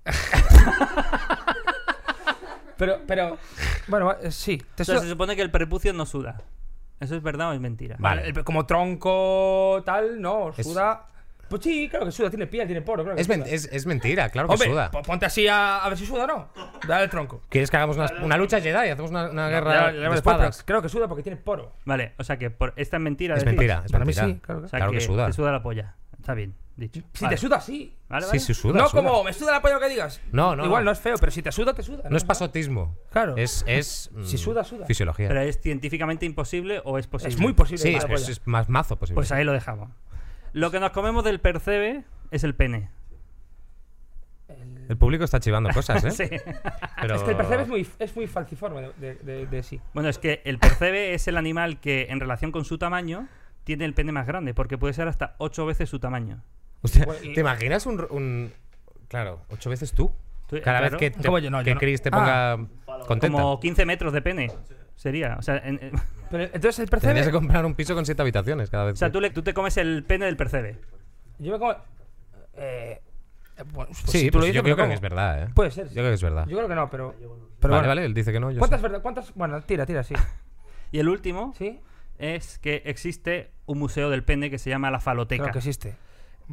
pero, pero. Bueno, va- eh, sí. Te O sea, suda- se supone que el prepucio no suda. ¿Eso es verdad o es mentira? Vale. el- como tronco, tal, no. Es- Suda. Pues sí, claro que suda. Tiene piel, tiene poro. Claro que Es, men- suda. es- es mentira, claro que Hombre, suda. po- ponte así a, a ver si suda o no. Dale el tronco. ¿Quieres que hagamos una, una lucha Jedi? ¿Hacemos una, una guerra Ya- ya de veremos después, Pues, pero espadas? creo que suda porque tiene poro. Vale, o sea que por... esta es mentira. Es decís. mentira, es Para mí mentira. sí, claro que- O sea Claro que suda. Te suda la polla. Está bien, dicho. Si Vale. te suda, sí. Vale, Sí, vale. sí, suda. no suda. como me suda la polla lo que digas. No, no, Igual no. no es feo, pero si te suda, te suda. No es pasotismo. Claro. Es. es mm, Si suda, suda. Fisiología. Pero es científicamente imposible o es posible. Es muy posible. sí, que es, suda la es- polla. es más mazo posible. Pues ahí lo dejamos. Lo que nos comemos del percebe es el pene. El público está chivando cosas, [laughs] ¿eh? Sí. Pero... Es que el percebe es muy, es muy falciforme de, de- de- de sí. [laughs] Bueno, es que el percebe es el animal que en relación con su tamaño tiene el pene más grande, porque puede ser hasta ocho veces su tamaño. Hostia, Bueno, y- ¿te imaginas un, un- Claro, ocho veces tú? Tú- eh, Cada claro. vez que, te- ¿Cómo yo? No, que yo no. Chris te ponga Ah. contenta. Como 15 metros de pene sería. O sea, en- en- o Pero entonces el Tendrías que percebe. comprar un piso con siete habitaciones cada vez. sea, que- tú, le- tú te comes el pene del percebe. Yo me como. Eh, eh, bueno, pues sí, si tú pues lo dices, yo me creo lo que como. es verdad, ¿eh? Puede ser. Yo sí. creo que es verdad. Yo creo que no, pero. vale, pero bueno. vale, él dice que no. Yo ¿Cuántas sí. verdad? ¿Cuántas? Bueno, tira, tira, [laughs] sí. Y el último ¿Sí? es que existe un museo del pene que se llama la faloteca. Creo [laughs] que existe.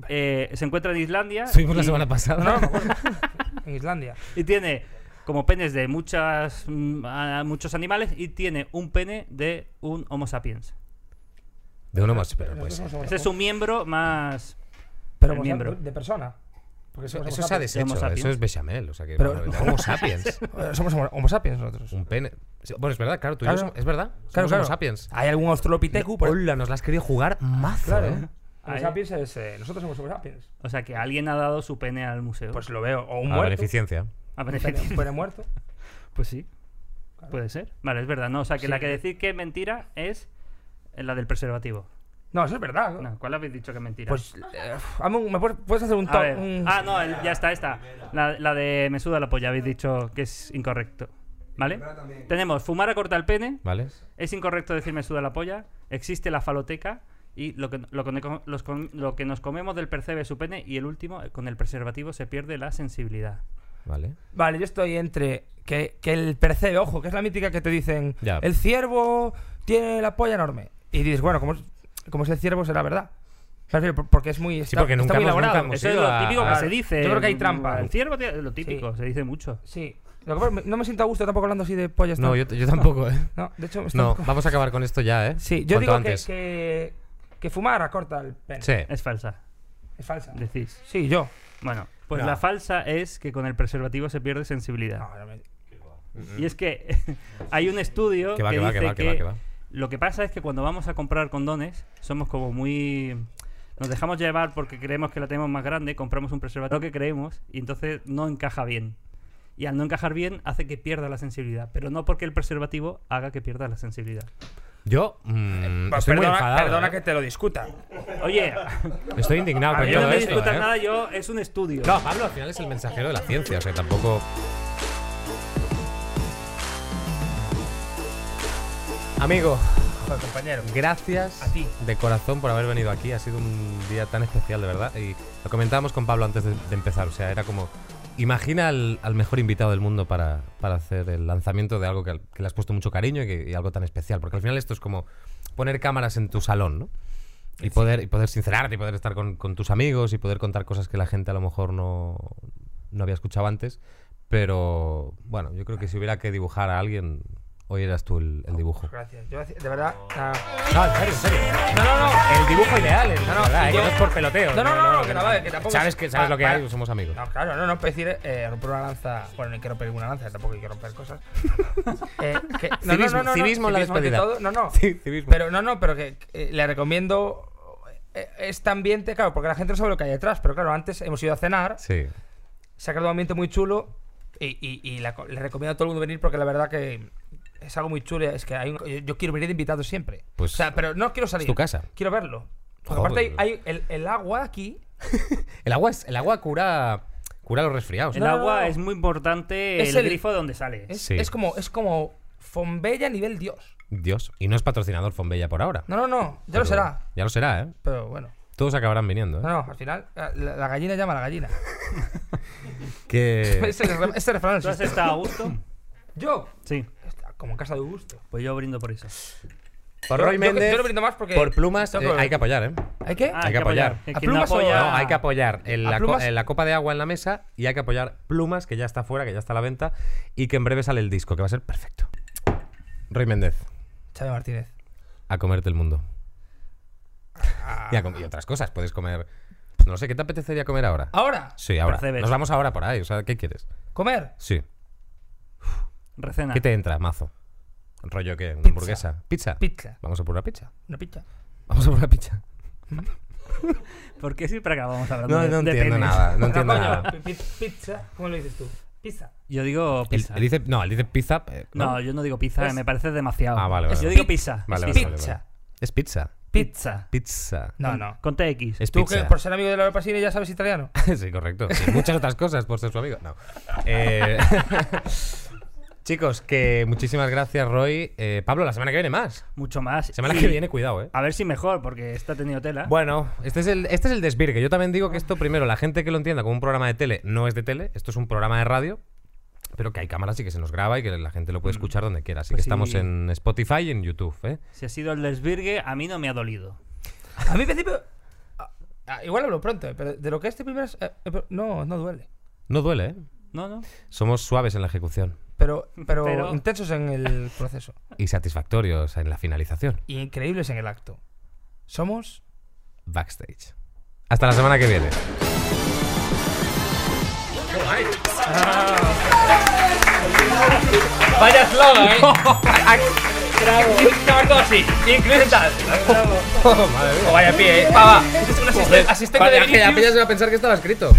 Eh, se encuentra en Islandia. Estuvimos la y- semana pasada. No, no, [laughs] me acuerdo. En Islandia. Y tiene como penes de muchas mm, a- muchos animales y tiene un pene de un Homo sapiens. De uno más, pero pues. Nosotros Eso, somos- Ese es su miembro más pero el somos miembro. de persona. Porque somos eso homo se ha sapiens. Homo deshecho, sapiens. eso es bechamel. O sea que. Pero- bueno, de Homo sapiens. Eh, Somos homo, homo sapiens nosotros. Un pene. Sí, Bueno, es verdad, claro, tú y yo Claro. somos, Es verdad. Somos Claro, claro. Homo sapiens. Hay algún Australopithecus por Hola, nos la has querido jugar mazo. Claro. ¿eh? Homo Ahí. sapiens es. eh, nosotros somos homo sapiens. O sea que alguien ha dado su pene al museo. Pues lo veo. O un A muerto. beneficencia. A [laughs] Pero- beneficio. pero muerto. Pues sí. Puede ser. Vale, es verdad. No, o sea, que Sí. la que decir que es mentira es la del preservativo. No, eso es verdad. No, ¿cuál habéis dicho que es mentira? Pues, mm. eh, hazme un- ¿me puedes, puedes hacer un A top? ver. un- Ah, no, el- ya está, esta. La, la de me suda la polla, habéis dicho que es incorrecto. ¿Vale? Tenemos fumar a cortar el pene. ¿Vale? Es incorrecto decir me suda la polla. Existe la faloteca. Y lo que, lo, que- los com- lo que nos comemos del percebe es su pene. Y el último, eh, con el preservativo se pierde la sensibilidad. Vale. Vale, yo estoy entre que, que el percebe, ojo, que es la mítica que te dicen, Ya. el ciervo tiene la polla enorme. Y dices, bueno, como es, como es el ciervo, será verdad. Me refiero, por- Porque es muy. Está, porque está nunca muy hemos- nunca elaborado. hemos- Eso es ido lo a- típico a- que se dice. Yo creo que hay trampa. El ciervo tiene- lo típico, Sí. se dice mucho. Sí. Lo que pasa es que no me siento a gusto tampoco hablando así de pollas. No, tal. yo, yo tampoco, ¿eh? [laughs] No, de hecho, me está un No, poco- vamos a acabar con esto ya, ¿eh? Sí, yo Cuanto digo que, antes. que, que fumar acorta el pene. Sí. Es falsa, Es falsa. decís. Sí, yo. Bueno, pues No. la falsa es que con el preservativo se pierde sensibilidad. No, no me- Y es que [laughs] hay un estudio Que que, va, que va, que dice va, que va, que va. lo que pasa es que cuando vamos a comprar condones somos como muy nos dejamos llevar porque creemos que la tenemos más grande, compramos un preservativo que creemos y entonces no encaja bien. Y al no encajar bien hace que pierda la sensibilidad, pero no porque el preservativo haga que pierda la sensibilidad. Yo mm, Pues estoy muy perdona, enfadado. perdona ¿eh? que te lo discuta. Oye, Estoy indignado a con mí no todo me esto, discutas ¿eh? nada, yo es un estudio. No, Pablo al final es el mensajero de la ciencia, o sea, tampoco... Amigo, Joder, compañero. gracias A ti. de corazón por haber venido aquí. Ha sido un día tan especial, de verdad. Y lo comentábamos con Pablo antes de, de empezar. O sea, era como... Imagina al, al mejor invitado del mundo para, para hacer el lanzamiento de algo que, al- que le has puesto mucho cariño y, que- y algo tan especial. Porque al final esto es como poner cámaras en tu salón, ¿no? Y poder, y poder sincerarte, y poder estar con, con tus amigos y poder contar cosas que la gente a lo mejor no, no había escuchado antes. Pero bueno, yo creo que si hubiera que dibujar a alguien, hoy eras tú el, el dibujo. Gracias. Yo, de verdad. ah, No, en serio, en serio. No, no, no. El dibujo ideal, el, no, no, que no es por peloteo. No, no, no, que no vale, que tampoco Sabes, es- que, sabes pa- lo que pa- hay, somos amigos. No, claro, no, no, es decir, eh, romper una lanza. Bueno, ni quiero romper una lanza, tampoco quiero romper [laughs] cosas. Eh, que- no, no, Civismo, no, no, no, civismo en la ante despedida. todo, no, no. Sí, civismo. Pero no, no, pero que eh, le recomiendo eh, este ambiente, claro, porque la gente no sabe lo que hay detrás, pero claro, antes hemos ido a cenar, Sí. se ha creado un ambiente muy chulo y, y- y la co- le recomiendo a todo el mundo venir porque la verdad que es algo muy chulo. Es que hay un- yo, yo quiero venir de invitado siempre. Pues, o sea, pero no quiero salir. tu casa. Quiero verlo. Joder. Porque pues aparte hay, hay el, el agua aquí. El agua, es, el agua cura, cura los resfriados. El No, no, agua no. es muy importante Es el, el- grifo de donde sale. Es, Sí. es como es como Fombella nivel Dios. Dios. Y no es patrocinador Fonbella por ahora. No, no, no. Ya Pero lo será. Ah. Ya lo será, ¿eh? Pero bueno. Todos acabarán viniendo, ¿eh? No, no, al final la, la gallina llama a la gallina. Que... [laughs] Ese, refrán- ese refrán ¿Tú has existe. estado a gusto? Yo, Sí. está como en casa de gusto. Pues yo brindo por eso. Por Yo- Roy yo- Méndez, yo no brindo más porque- por plumas, Tengo eh, que- hay que apoyar, ¿eh? ¿Hay qué? Ah, Hay que apoyar. Que ¿A quien no plumas o apoya- No, hay que apoyar en ¿A la, co- plumas? en la copa de agua en la mesa y hay que apoyar plumas, que ya está fuera, que ya está a la venta, y que en breve sale el disco, que va a ser perfecto. Roy Méndez, Chávez Martínez. a comerte el mundo. Ah. Y, a com- y otras cosas, puedes comer... No sé, ¿qué te apetecería comer ahora? Ahora, Sí, ahora. Percebes. Nos vamos ahora por ahí, o sea, ¿qué quieres? comer. Sí. Ah. Recena. ¿Qué te entra, mazo? ¿Rollo qué? ¿Una hamburguesa? ¿Pizza? Pizza. Vamos a por una pizza. Una pizza. Vamos a por una pizza. ¿Por qué siempre acabamos hablando No, de, no de entiendo penes? nada, no entiendo coño, nada. pi- pi- Pizza. ¿Cómo lo dices tú? Pizza. Yo digo Él, pizza. él dice, no, él dice pizza. eh, no, yo no digo pizza, Es- me parece demasiado. Ah, vale, vale, Yo vale. digo pizza. Vale, Sí, vale, vale, Pizza. vale. Es pizza. Pizza. Pizza. [laughs] No, no. Con TX. Es Mm. Tú que pizza. por ser amigo de Laura Pasini ya sabes italiano. sí, correcto. Y muchas otras cosas por ser su amigo. No. Eh, [laughs] Chicos, que muchísimas gracias, Roy. Eh, Pablo, la semana que viene más. Mucho más. Semana Y que viene, cuidado, eh. A ver si mejor, porque está tenido tela. Bueno, este es, el, este es el desvirgue. Yo también digo que esto, primero, la gente que lo entienda como un programa de tele no es de tele, esto es un programa de radio, pero que hay cámaras y que se nos graba y que la gente lo puede escuchar donde quiera. Así Pues que estamos sí. en Spotify y en YouTube, ¿eh? Si ha sido el desvirgue, a mí no me ha dolido. A mí, en principio. ah, ah, igual hablo pronto, eh, pero de lo que este primer. es- eh, eh, pero- no, no duele. No duele, ¿eh? No, no. Somos suaves en la ejecución Pero, pero, Pero- intensos en el proceso. y satisfactorios en la finalización. Y increíbles en el acto. Somos. Backstage. Hasta la semana que viene. Vaya slogan, [laughs] ¿eh? Bravo. así. Increíbles [laughs] O vaya pie, ¿eh? Va, va. Asistente, Para que la peña se va a pensar que estaba escrito.